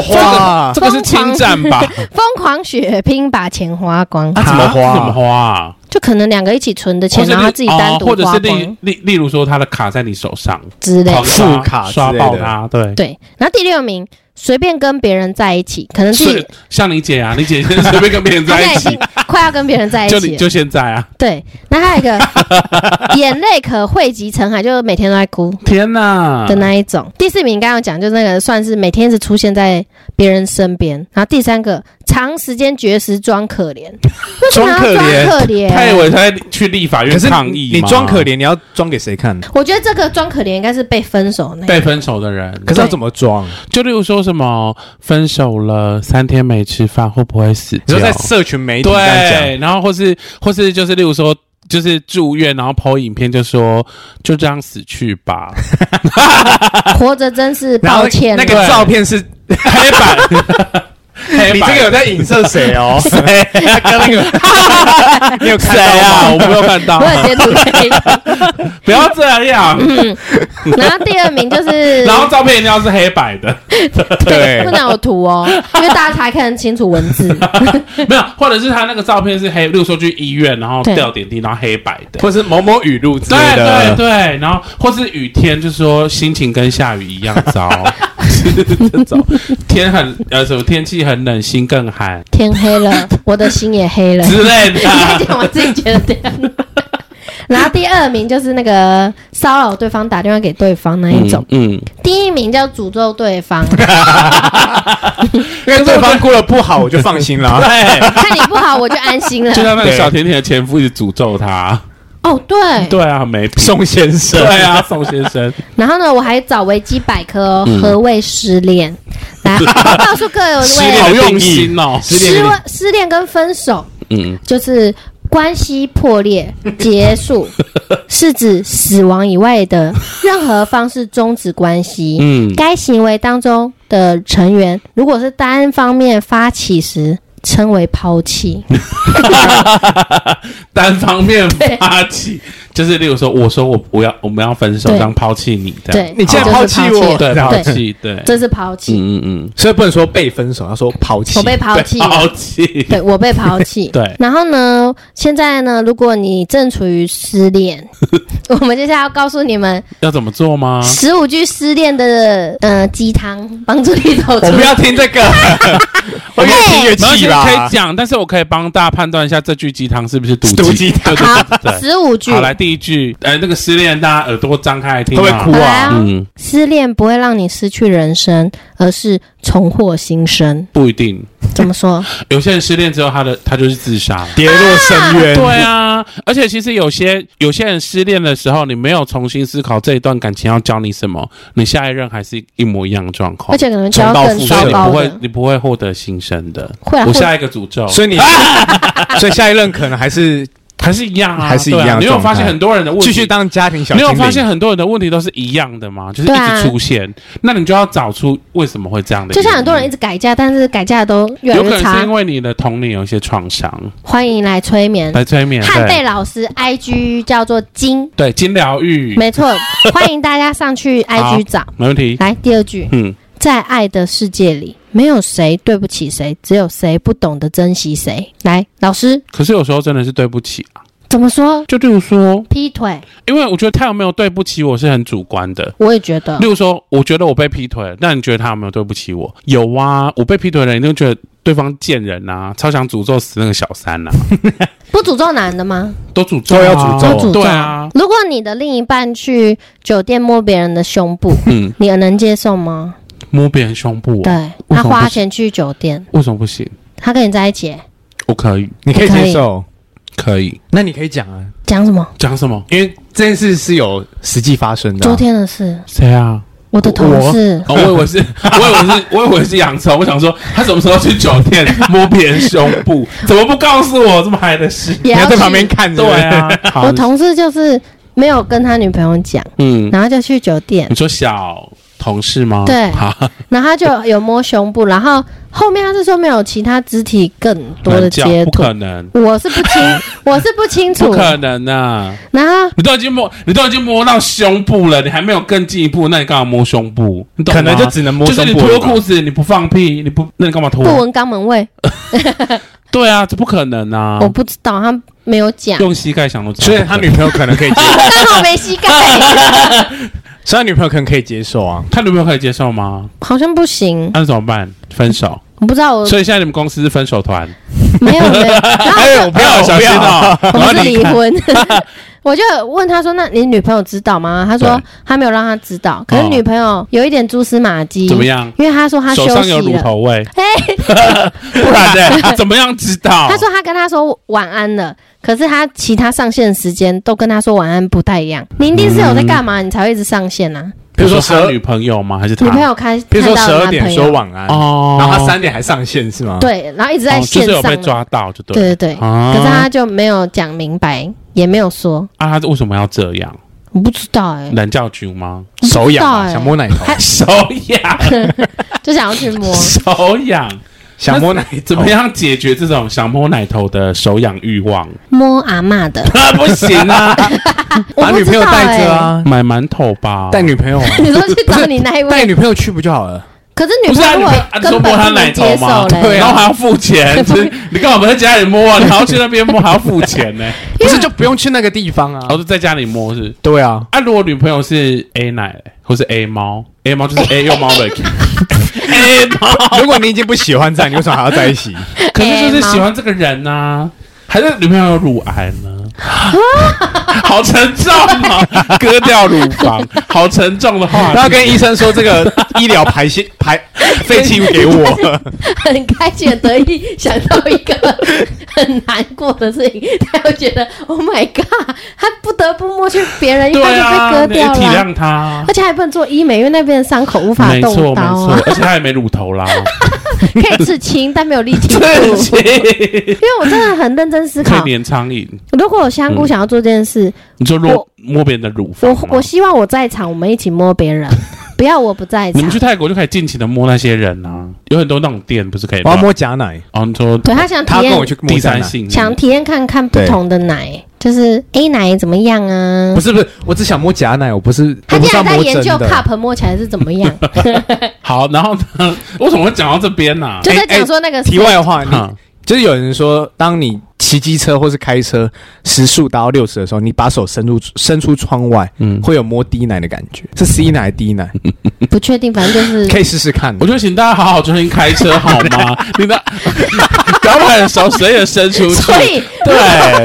C: 花
B: 这个是侵占吧？
A: 疯狂血拼把钱花光。
C: 啊怎么花
B: 怎么花啊？
A: 就可能两个一起存的
B: 或
A: 钱，
B: 是
A: 然后他
B: 例
A: 自己单
B: 哦
A: 独
B: 或者
A: 花
B: 是例
A: 光
B: 例例如说他的卡在你手上，
A: 之类的
B: 狂。刷
C: 副卡之
B: 刷
C: 类的
B: 爆他，对
A: 对，然后第六名，随便跟别人在一起，可能自己
B: 是像你姐啊，你姐现在随便跟别人
A: 他
B: 在
A: 现在
B: 一
A: 已 经
B: 起，
A: 快要跟别人在一
B: 就
A: 起
B: 你
A: 了。
B: 就现在啊，
A: 对，那还有一 个眼泪可汇集成海，就是每天都在哭
B: 天哪
C: 啊
A: 的！那一种。第四名刚刚有讲，就是那个算是每天是出现在别人身边。然后第三个，长时间绝食装可怜，为什么要
C: 装可
A: 装
C: 怜
A: 可怜？
B: 他以为他在去立法
C: 可
B: 院
C: 是
B: 抗
C: 你
B: 议
C: 你
B: 嘛
C: 装可怜，你要装给谁看？
A: 我觉得这个装可怜应该是被分手那
B: 被
A: 个，
B: 分手的人，
C: 可是要
A: 对
C: 怎么装？
B: 就例如说什么分手了三天没吃饭会不会死
C: 你
B: 掉？
C: 说在社群媒体这样讲，
B: 对，然后或是或是就是例如说。就是住院，然后抛影片，就说就这样死去吧，
A: 活着真是
C: 然
A: 抱
C: 后
A: 歉。
C: 那个
B: 对
C: 照片是
B: 黑 板，黑
C: 你这
B: 板
C: 个有在影射谁哦？ 谁？跟那个 你有看
B: 谁
C: 到
B: 啊？
C: 吗？
B: 我没有看到
A: 我，有截图 给你。
B: 不要这样。
A: 然后第二名就是，
B: 然后照片一定要是黑白的，
C: 对
A: 不能有图哦，因为大家才看得清楚文字。
B: 没有，或者是他那个照片是黑，例如说去医院，然后
A: 对
B: 吊点滴，然后黑白的。
C: 或是某某语录之
B: 对
C: 类
B: 对
C: 的，
B: 对，然后或是雨天，就说心情跟下雨一样糟，这种天很呃什么天气很冷，心更寒
A: 天黑了，我的心也黑了。
C: 啊
B: 之类
A: 应该
B: 的。
A: 讲我自己觉得这样。然后第二名就是那个骚扰对方打电话给对方那一种，
B: 嗯，
A: 第一名叫诅咒对方，
C: 因为对方过得不好，我就放心
B: 嗯
C: 了。
B: 对，
A: 看你不好我就安心了
B: 就。像那个
C: 对
B: 小甜甜的前夫一直诅咒他，
A: 哦，对。
B: 对啊，没品。
C: 宋先生，
B: 对啊，宋先 生，
A: 然后呢，我还找维基百科哦
B: 嗯
A: 何谓失恋， 来告诉各
C: 失恋
A: 位，
B: 好
C: 的
B: 用
C: 定义
B: 心哦。
C: 失恋的
A: 失恋跟分手
B: 嗯，
A: 就是关系破裂结 束，是指死亡以外的任何方式终止关系。
B: 嗯
A: 该行为当中的成员，如果是单方面发起时，称为抛 弃。
B: 单方面
A: 对
B: 发起，就是例如说，我说我不要，我们要分手，
A: 对
B: 这样抛弃你，这样
A: 对，
C: 你竟然
A: 这就是
C: 抛弃我
A: 对，
B: 对抛弃，对，
A: 这是抛弃，
B: 嗯嗯嗯，
C: 所以不能说被分手，要说抛弃
A: 我。被抛
B: 对
A: 弃了。
B: 嗯抛弃，
A: 对我被抛弃，
B: 对
A: 然后呢？现在呢？如果你正处于失 恋，我们接下来要告诉你们
B: 要怎么做吗？
A: 十五句失恋的呃鸡汤，帮助你走出
C: 我。不要听 这个，我越听越
B: 没关系
C: 气
B: 可
C: 啦
B: 以。讲，但是我可以帮大家判断一下这句鸡汤是不是毒
C: 毒
B: 鸡
C: 鸡
B: 汤。对对对
A: 好，
B: 对
A: 十五
B: 对。
A: 句。
B: 好，来第一句，呃，那个失恋，大家耳朵张开来听，
C: 会不会哭
A: 好来
C: 啊
A: 啊！
B: 嗯，
A: 失恋不会让你失去人生，而是重获新生。
B: 不一定，
A: 怎么 说？
B: 有些人失恋之后，他的他就是自杀了。
C: 跌落深渊，
B: 对啊，而且其实有些有些人失恋的时候，你没有重新思考这一段感情要教你什么，你下一任还是一模一样的状况，
A: 而且可能就要
C: 重蹈
A: 更
C: 覆
B: 所以
A: 糟
B: 你
A: 糕
B: 不会
A: 的，
B: 你不会获得新生的。
A: 会啊
B: 我
A: 会
B: 下一个诅咒，
C: 所以你， 所以下一任可能还是
B: 还是一样啊，
C: 还是一样
B: 对啊
C: 的
B: 你有
C: 状态
B: 发现很多人的问题
C: 继续当家庭小
B: 你
C: 精
B: 有
C: 灵。
B: 发现很多人的问题都是一样的吗？就是一
A: 对啊
B: 直出现，那你就要找出为什么会这样的原
A: 就
B: 因。
A: 像很多人一直改嫁，但是改嫁的都越来
B: 有
A: 越
B: 可能是
A: 差
B: 因。为你的童年有一些创伤，
A: 欢迎来催眠，
B: 来催眠。
A: 汉贝
B: 哎对
A: 老师 IG 叫做金，
B: 对，金疗愈，
A: 没 错，欢迎大家上去
B: 好
A: IG 找。
B: 没问题。
A: 来第二句，
B: 嗯，
A: 在爱的世界里，没有谁对不起谁，只有谁不懂得珍惜谁。来，老师
B: 可是有时候真的是对不起啊。
A: 怎么说？
B: 就例如说，
A: 劈腿，
B: 因为我觉得他有没有对不起我是很主观的。
A: 我也觉得
B: 例如说，我觉得我被劈腿了，那你觉得他有没有对不起我？有啊，我被劈腿了，你就觉得对方贱人啊，超想诅咒死那个小 三呐、啊，
A: 不诅咒男的吗？
B: 都诅咒、啊，
C: 都要诅咒
A: 都诅咒
B: 对啊，
A: 如果你的另一半去酒店摸别人的胸部，
B: 嗯，
A: 你能接受吗？
B: 摸别人胸部、啊，
A: 对
B: 为
A: 他
B: 什么不
A: 花
B: 行
A: 钱去酒店，
B: 为什么不行？
A: 他跟你在一起欸，
B: 我可以，
C: 你可以
A: 可以
C: 接受，
B: 可以
C: 那你可以讲啊，
A: 讲什么？
B: 讲什么？
C: 因为这件事是有实际发生的啊、
A: 昨天的事，
B: 谁啊？
A: 我的同事
B: 哦，我以为是， 我以为是，我以为是洋葱。我想说，他什么时候去酒店 摸别人胸部？怎么不告诉我？这么嗨的事？
A: 也
C: 你要在旁边
A: 去。
C: 看着。
B: 对啊， 好
A: 我，同事就是没有跟他女朋友讲，
B: 嗯，
A: 然后就去酒店
B: 你，说小同事吗？
A: 对
B: 好，
A: 然后他就有摸胸部，然后后面他是说没有其他肢体更多的
B: 难讲
A: 接
B: 不
A: 触。
B: 可能，
A: 我是不 清，我是不清
B: 不
A: 楚。
B: 可能啊！
A: 然后
B: 你都已经摸，你都已经摸到胸部了，你还没有更进一步，那你干嘛摸胸部？你懂吗
C: 可啊能就只能摸
B: 就是
C: 胸
B: 你
C: 部
B: 脱
C: 了吧
B: 裤子，你不放屁，你不，那你干嘛脱？
A: 不闻肛门味，
B: 对啊，这不可能啊
A: 我！不知道，他没有讲，
B: 用膝盖想都知道
C: 所以他女朋友可能可以接，
A: 刚好没膝盖，
C: 所以他女朋友可能可以接受啊。
B: 他女朋友可以接受吗？
A: 好像不行，
B: 那怎么办？分手。
A: 我不知道，我
B: 所以现在你们公司是分手团，
A: 没有没有，然后
C: 哎，我不要，
B: 我
C: 小
B: 不
C: 心
B: 要
C: 哦。
A: 我
B: 我要
A: 们是
B: 离
A: 离
B: 开
A: 婚。 我就问他说：“那你女朋友知道吗？”他说
B: 对
A: 他没有让他知道，可
B: 哦
A: 是女朋友有一点蛛丝马迹。
B: 怎么？样？
A: 因为他说他休
B: 手上有
A: 息
B: 乳
A: 了，
B: 头味，
A: 哎，
B: 不 然呢？怎么样知道？
A: 他说他跟他说晚安了，可是他其他上线的时间都跟他说晚安不太一样。你一定是有在干嘛，你才会一直上线啊？
B: 比
C: 比
B: 如说
C: 如说
B: 他
C: 12
B: 女朋友吗？还是他？
A: 女朋友看，
C: 比如说
A: 看
C: 十
A: 到
C: 二
A: 男
C: 点
A: 朋友啊
C: 说晚安，
B: 哦，
C: 然后他三点还上线是吗？，
A: 对，然后一直在
B: 哦，就
A: 线
B: 是有
A: 上
B: 被
A: 了，
B: 抓到，就对。
A: 对对对，
B: 啊
A: 可是他就没有讲明白，也没有说，
B: 啊，他为什么要这样？
A: 我不知道哎，
B: 冷教局吗？
A: 不
C: 手痒
A: 知道
C: 啊，
A: 欸
C: 想摸奶 头，
A: 还
B: 手痒，。
A: 就想要去摸
B: 手痒，
C: 想摸奶头
B: 怎么？样解决这种想摸奶头的手痒欲 望？
A: 摸阿嬷的，
B: 啊，不行啊，
A: 我
C: 把
A: 不
C: 女
A: 知
C: 朋
A: 道
C: 友带
A: 哎
C: 着。啊，
B: 买馒头吧，
C: 带女朋友啊，
A: 你说去找你那一
C: 带
A: 位，
C: 女朋友去不就好了？
A: 可是女
B: 不是
A: 朋
B: 啊，
A: 友
B: 你
A: 如果根
B: 们啊你说摸
A: 本
B: 他
A: 不
B: 奶
A: 能
B: 头
A: 接
B: 吗
A: 受？
C: 对
A: 嘞，
B: 然
C: 啊
B: 后还要付钱，是你干嘛不在家里 摸啊？然后去那边摸还要付钱呢？
C: 不是就不用去那个地方
B: 然后
C: 啊？
B: 就在家里摸是？
C: 对啊，
B: 啊，如果女朋友是 A 奶嘞或是 A 猫，A 猫就是 A 幼猫 的 A 猫，
C: 如果你已经不喜欢这样，你为什么还要在一起？
B: 可是就是喜欢这个人呐、还是女朋友有乳癌呢？ 好沉重啊！割掉乳房， 好沉重的话啊
C: 然后跟医生说这 个医疗排泄排废 弃物给我，
A: 很开心很得意，想到一个很难过的事情，他又觉得 Oh my God，他不得不摸去别人，因
B: 对
A: 为他
B: 啊，
A: 哎就被割
B: 你也
A: 掉
B: 体
A: 了，
B: 谅他。
A: 而且还不能做医美，因为那边的伤口无法
B: 没错
A: 动
B: 没
A: 刀
B: 错
A: 啊，，
B: 而且他也没乳头 啦，
A: 可以刺青，但没有 力气度。
B: 对不起，
A: 因为我真的很认真思
B: 可以嗯
A: 考，
B: 粘苍蝇。
A: 如果有香菇想要做这件事，
B: 你就摸
A: 我
B: 摸别人的乳房
A: 我
B: 吗，
A: 我希望我在场，我们一起摸别人，啊不要我不在
B: 你
A: 场
B: 们。去泰国就可以尽情的摸那些人啊，有很多那种店不是可以 摸
C: 我要？摸假奶。
B: 哦，你说
A: 对他想体
C: 他跟
A: 验
C: 我去摸
B: 第
C: 假
B: 三
C: 奶，
B: 性
A: 想体验看看不同的奶，就是 A 奶怎么样啊
C: 不？是不是，我只想摸假奶，我不是。
A: 他
C: 我不
A: 竟
C: 是要
A: 然在
C: 摸
A: 研究
C: 真的
A: cup 摸起来是怎么 样，
B: 好，然后呢？ 为什么会讲到这边呢、
A: 就在讲说
B: 哎
A: 那个
C: 题外话，你
B: 哈
C: 就是有人说，当你骑机车或是开车时速达到六十的时候，你把手伸入伸出窗外，
B: 嗯，
C: 会有摸滴奶的感觉，是 C 奶还是 D 奶，
A: 不确定，反正 就是
C: 可以试试看
B: 嗯我。就请大家好好专心开车好吗？你的 摇摆的手随着伸出
A: 所
B: 去，
A: 以
B: 对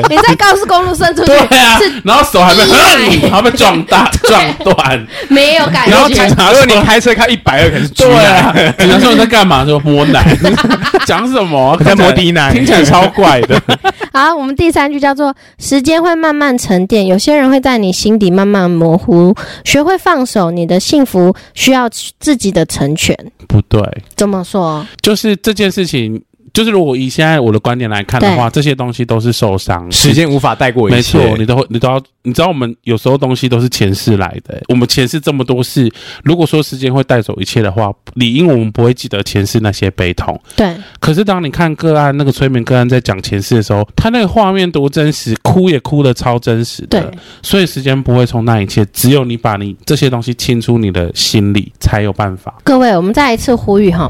A: 你在高速公路伸出去
B: 对啊
A: 是，
B: 然后手还被嗯
A: 意外
B: 还被撞大撞断，
A: 没有感
B: 然后警
A: 觉。
B: 察
C: 如
B: 说
C: 果你开车开一百二，可能是 G
B: 对
C: 奶，
B: 啊，警察说你在干嘛？说摸奶， 讲什么？
C: 我在摸
B: 听起
C: 滴
B: 来
C: 奶，
B: 听起来超怪的。
A: 好，我们第三句叫做时间会慢慢沉淀，有些人会在你心底慢慢模糊，学会放手，你的幸福需要自己的成全。
B: 不对，
A: 怎么说？
B: 就是这件事情，就是如果以现在我的观点来看的话，这些东西都是受伤的，
C: 时间无法带过一
B: 没
C: 切。
B: 错，你都会，你都要，你知道我们有时候东西都是前世来的、欸我们前世这么多事，如果说时间会带走一切的话，理应我们不会记得前世那些悲痛。
A: 对，
B: 可是当你看个案，那个催眠个案在讲前世的时候，他那个画面多真实，哭也哭的超真实
A: 对
B: 的。所以时间不会冲淡一切，只有你把你这些东西清出你的心里，才有办法。
A: 各位，我们再一次呼 吁哈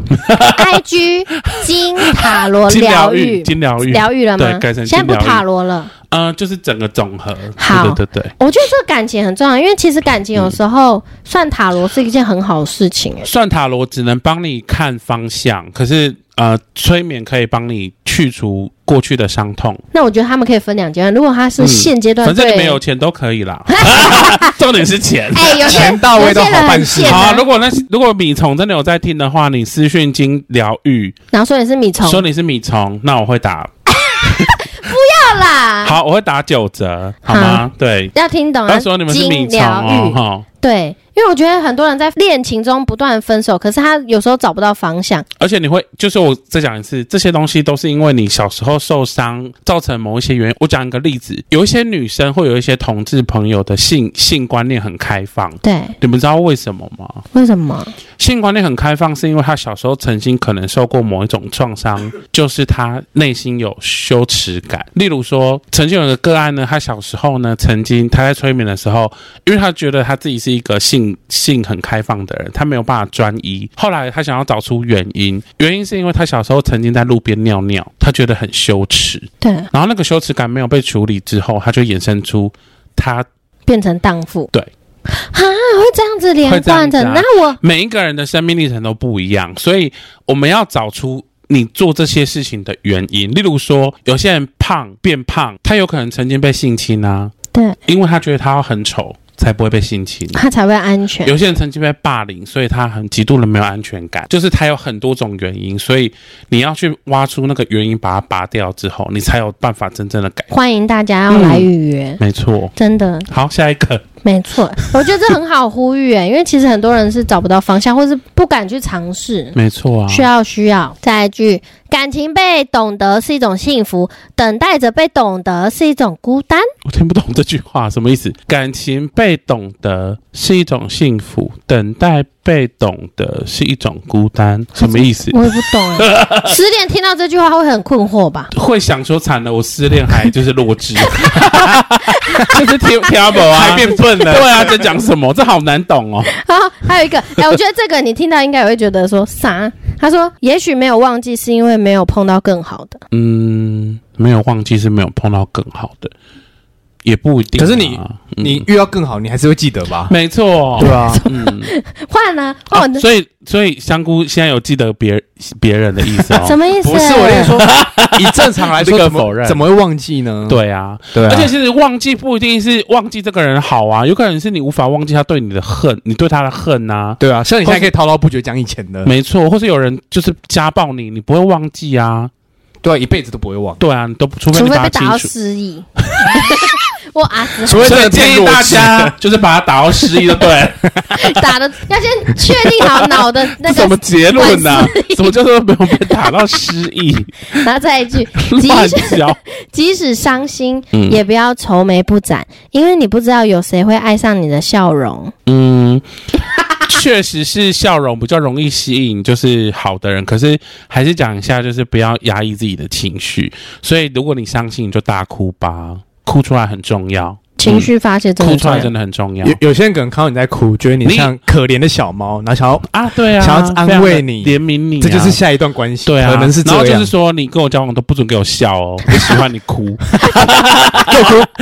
A: ，IG 金塔罗
B: 金疗
A: 疗
B: 愈，
A: 愈，
B: 金疗愈，
A: 疗愈了吗
B: 对改？成
A: 现在不
B: 金疗愈
A: 塔罗了。
B: 呃，就是整个总和。
A: 好
B: 对对对对，
A: 我觉得这个感情很重要，因为其实感情有时候算塔罗是一件很好的事情。欸
B: 算塔罗只能帮你看方向，可是呃，催眠可以帮你去除过去的伤痛。
A: 那我觉得他们可以分两阶段，如果他是现阶段
B: 反正
A: 对，
B: 你们有钱都可以啦， 重点 是钱。
A: 哎，有些
C: 钱到位都好办事
A: 有些人
B: 好、
A: 很
B: 啊，
A: 贱啊
B: 如果那如果米虫真的有在听的话，你私讯经疗愈，
A: 然后说你是米虫，
B: 说你是米虫，那我会打
A: 好啦，
B: 好，我会打九折，好吗？对，
A: 要听懂啊
B: 要说你们是米
A: 金
B: 虫
A: 疗
B: 哦，
A: 愈，
B: 哈，
A: 对，因为我觉得很多人在恋情中不断分手，可是他有时候找不到方向，
B: 而且你会，就是我再讲一次，这些东西都是因为你小时候受伤造成某一些原因。我讲一个例子，有一些女生会有一些同志朋友的性性观念很开放，
A: 对，
B: 你们知道为什么吗？
A: 为什么？
B: 性观念很开放，是因为她小时候曾经可能受过某一种创伤，就是她内心有羞耻感。例如说，曾经有一个个案呢，她小时候呢，曾经她在催眠的时候，因为她觉得她自己是是一个性性很开放的人，他没有办法专一。后来他想要找出原因，原因是因为他小时候曾经在路边尿尿，他觉得很羞耻，
A: 对，
B: 然后那个羞耻感没有被处理之后，他就衍生出他
A: 变成荡妇，
B: 对
A: 啊，会这样子连贯
B: 会
A: 的，
B: 这样子啊
A: 那我
B: 每一个人的生命历程都不一样，所以我们要找出你做这些事情的原因。例如说，有些人胖变胖，他有可能曾经被性侵啊，
A: 对
B: 因为他觉得他很丑才不会被性侵。啊
A: 他才会安全，
B: 有些人曾经被霸凌，所以他很极度的没有安全感，就是他有很多种原因，所以你要去挖出那个原因，把它拔掉之后，你才有办法真正的改。
A: 欢迎大家要来预约。
B: 没错，
A: 真的
B: 好，下一个，
A: 没错， 我觉得这很好呼吁哎，因为其实很多人是找不到方向，或是不敢去尝试。
C: 嗯
B: 没错啊，
A: 需要需要。再来一句，感情被懂得是一种幸福，等待着被懂得是一种孤单。
B: 我听不懂这句话什么意思。感情被懂得是一种幸福，等待被懂得是一种孤单，什么意思？
A: 我也不懂 哎，十点听到这句话会很困惑吧？
B: 会想说惨了，我失恋还就是弱智， 就是听听不懂啊，
C: 还变
B: 笨了。对啊，在讲什么？这好难懂哦。
A: 然后还有一个，哎、我觉得这个你听到应该也会觉得说啥？他说，也许没有忘记，是因为没有碰到更好的。
B: 嗯，没有忘记是没有碰到更好的，也不一定啊、
C: 可是你
B: 嗯
C: 你遇到更好，你还是会记得吧？
B: 没错，
C: 对啊，
B: 嗯，
A: 换呢、换我
B: 哦
A: 的、
B: 所以所以香菇现在有记得别别人的意 思
A: 什
B: 哦。
A: 么意思？
C: 不是我跟你说， 以正常来
B: 这
C: 说，
B: 个
C: 怎么
B: 否认
C: 怎么会忘记呢？
B: 对啊，
C: 对
B: 而
C: 而
B: 且
C: 且
B: 其实忘记不一定是忘记这个人好啊，有可能是你无法忘记他对你的恨，你对他的恨啊。
C: 对啊，像你现在可以滔滔不绝讲以前的，
B: 没错，或是有人就是家暴你，你不会忘记啊。
C: 对啊，一辈子都不会忘。
B: 对啊，你都不除非
A: 除
B: 你
A: 非
B: 把他
A: 被打
B: 清
A: 到
B: 除。
A: 失 忆。 我阿斯
C: 除
B: 所
C: 非
B: 以
C: 真的
B: 建
C: 变
B: 议
C: 弱
B: 大
C: 智
B: 家 就是把他打到失忆，就对了。
A: 打的要先确定好脑的那
B: 什么
A: 个，
B: 结论呢、
A: 反
B: 什么叫做没有被打到失忆？
A: 然后再一句，即
B: 乱
A: 使
B: 讲。
A: 即使伤心，
B: 嗯
A: 也不要愁眉不展，因为你不知道有谁会爱上你的笑容。
B: 嗯，确实是笑容比较容易吸引就是好的人，可是还是讲一下，就是不要压抑自己的情绪。所以如果你伤心，你就大哭吧，哭出来很重要，
A: 情绪发泄真
B: 哭
A: 的
B: 出
A: 重
B: 来
A: 要
B: 真。的很重要
C: 有有些人可能看到你在哭，觉得你
B: 你
C: 像可怜的小猫，然后想要，
B: 啊！对啊，
C: 想要安慰你
B: 非常地怜悯你啊、
C: 这就是下一段关系，
B: 对啊，
C: 可能是这
B: 然后就
C: 样
B: 是。说，你跟我交往都不准给我笑哦， 我喜欢你 哭，
A: 好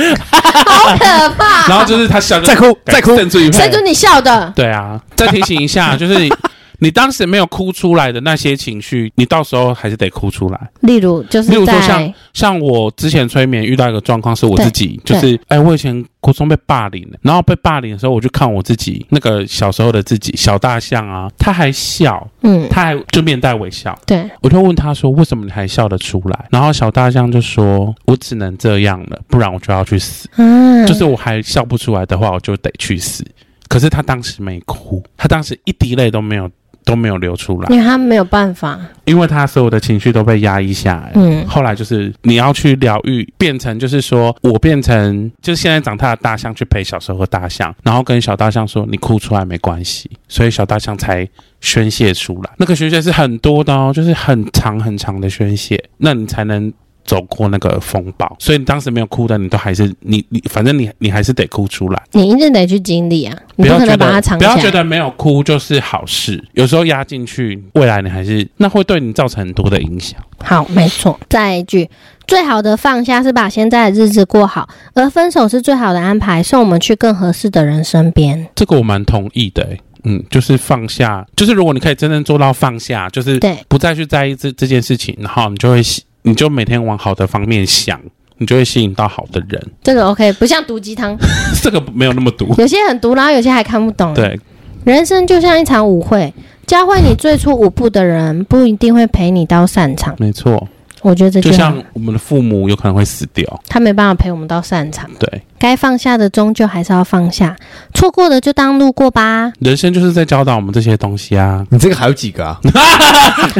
A: 可怕！
B: 然后就是他笑就
C: 再哭，再哭，
B: 瞪住一
A: 谁
B: 派
A: 准你笑的？
B: 对啊，再提醒一下，就是你你当时没有哭出来的那些情绪，你到时候还是得哭出来。
A: 例如就
B: 例
A: 是
B: 如说
A: 在
B: 像我之前催眠遇到一个状况是我
A: 对
B: 自己，就是哎、我以前国中被霸凌，然后被霸凌的时候，我就看我自己那个小时候的自己，小大象啊，他还笑，
A: 嗯，
B: 他还就面带微笑，
A: 对，
B: 我就问他说为什么你还笑得出来？然后小大象就说，我只能这样了，不然我就要去死。
A: 嗯，
B: 就是我还笑不出来的话，我就得去死。可是他当时没哭，他当时一滴泪都没有都没有流出来，
A: 啊因为他没有办法，
B: 因为他所有的情绪都被压抑下来。
A: 嗯，
B: 后来就是你要去疗愈，变成就是说我变成就是现在长大的大象去陪小时候的大象，然后跟小大象说你哭出来没关系，所以小大象才宣泄出来。那个宣泄是很多的哦，就是很长很长的宣泄，那你才能。走过那个风暴，所以你当时没有哭的，你都还是你你，反正你你还是得哭出来，
A: 你一定得去经历啊，你
B: 不要
A: 可
B: 觉
A: 能把它
B: 得
A: 藏
B: 不
A: 起
B: 要觉
A: 来。
B: 得没有哭就是好事，有时候压进去，未来你还是那会对你造成很多的影响。
A: 好，没错。再一句，最好的放下是把现在的日子过好，而分手是最好的安排，送我们去更合适的人身边。
B: 这个我蛮同意的、欸。嗯，就是放下，就是如果你可以真正做到放下，就是
A: 对
B: 不再去在意这这件事情，然后你就会吸，你就每天往好的方面想，你就会吸引到好的人。
A: 这个 OK，不像毒鸡 汤，
B: 这个没有那么毒，
A: 有些很毒，然后有些还看不懂。
B: 对，
A: 人生就像一场舞会，教会你最初舞步的人，不一定会陪你到散场。
B: 没错。
A: 我觉得这
B: 就
A: 句话
B: 像我们的父母有可能会死掉，
A: 他没办法陪我们到散场，
B: 对，
A: 该放下的终究还是要放下，错过的就当路过 吧。
B: 人生就是在教导我们这些东西啊。
C: 你这个还有几个啊？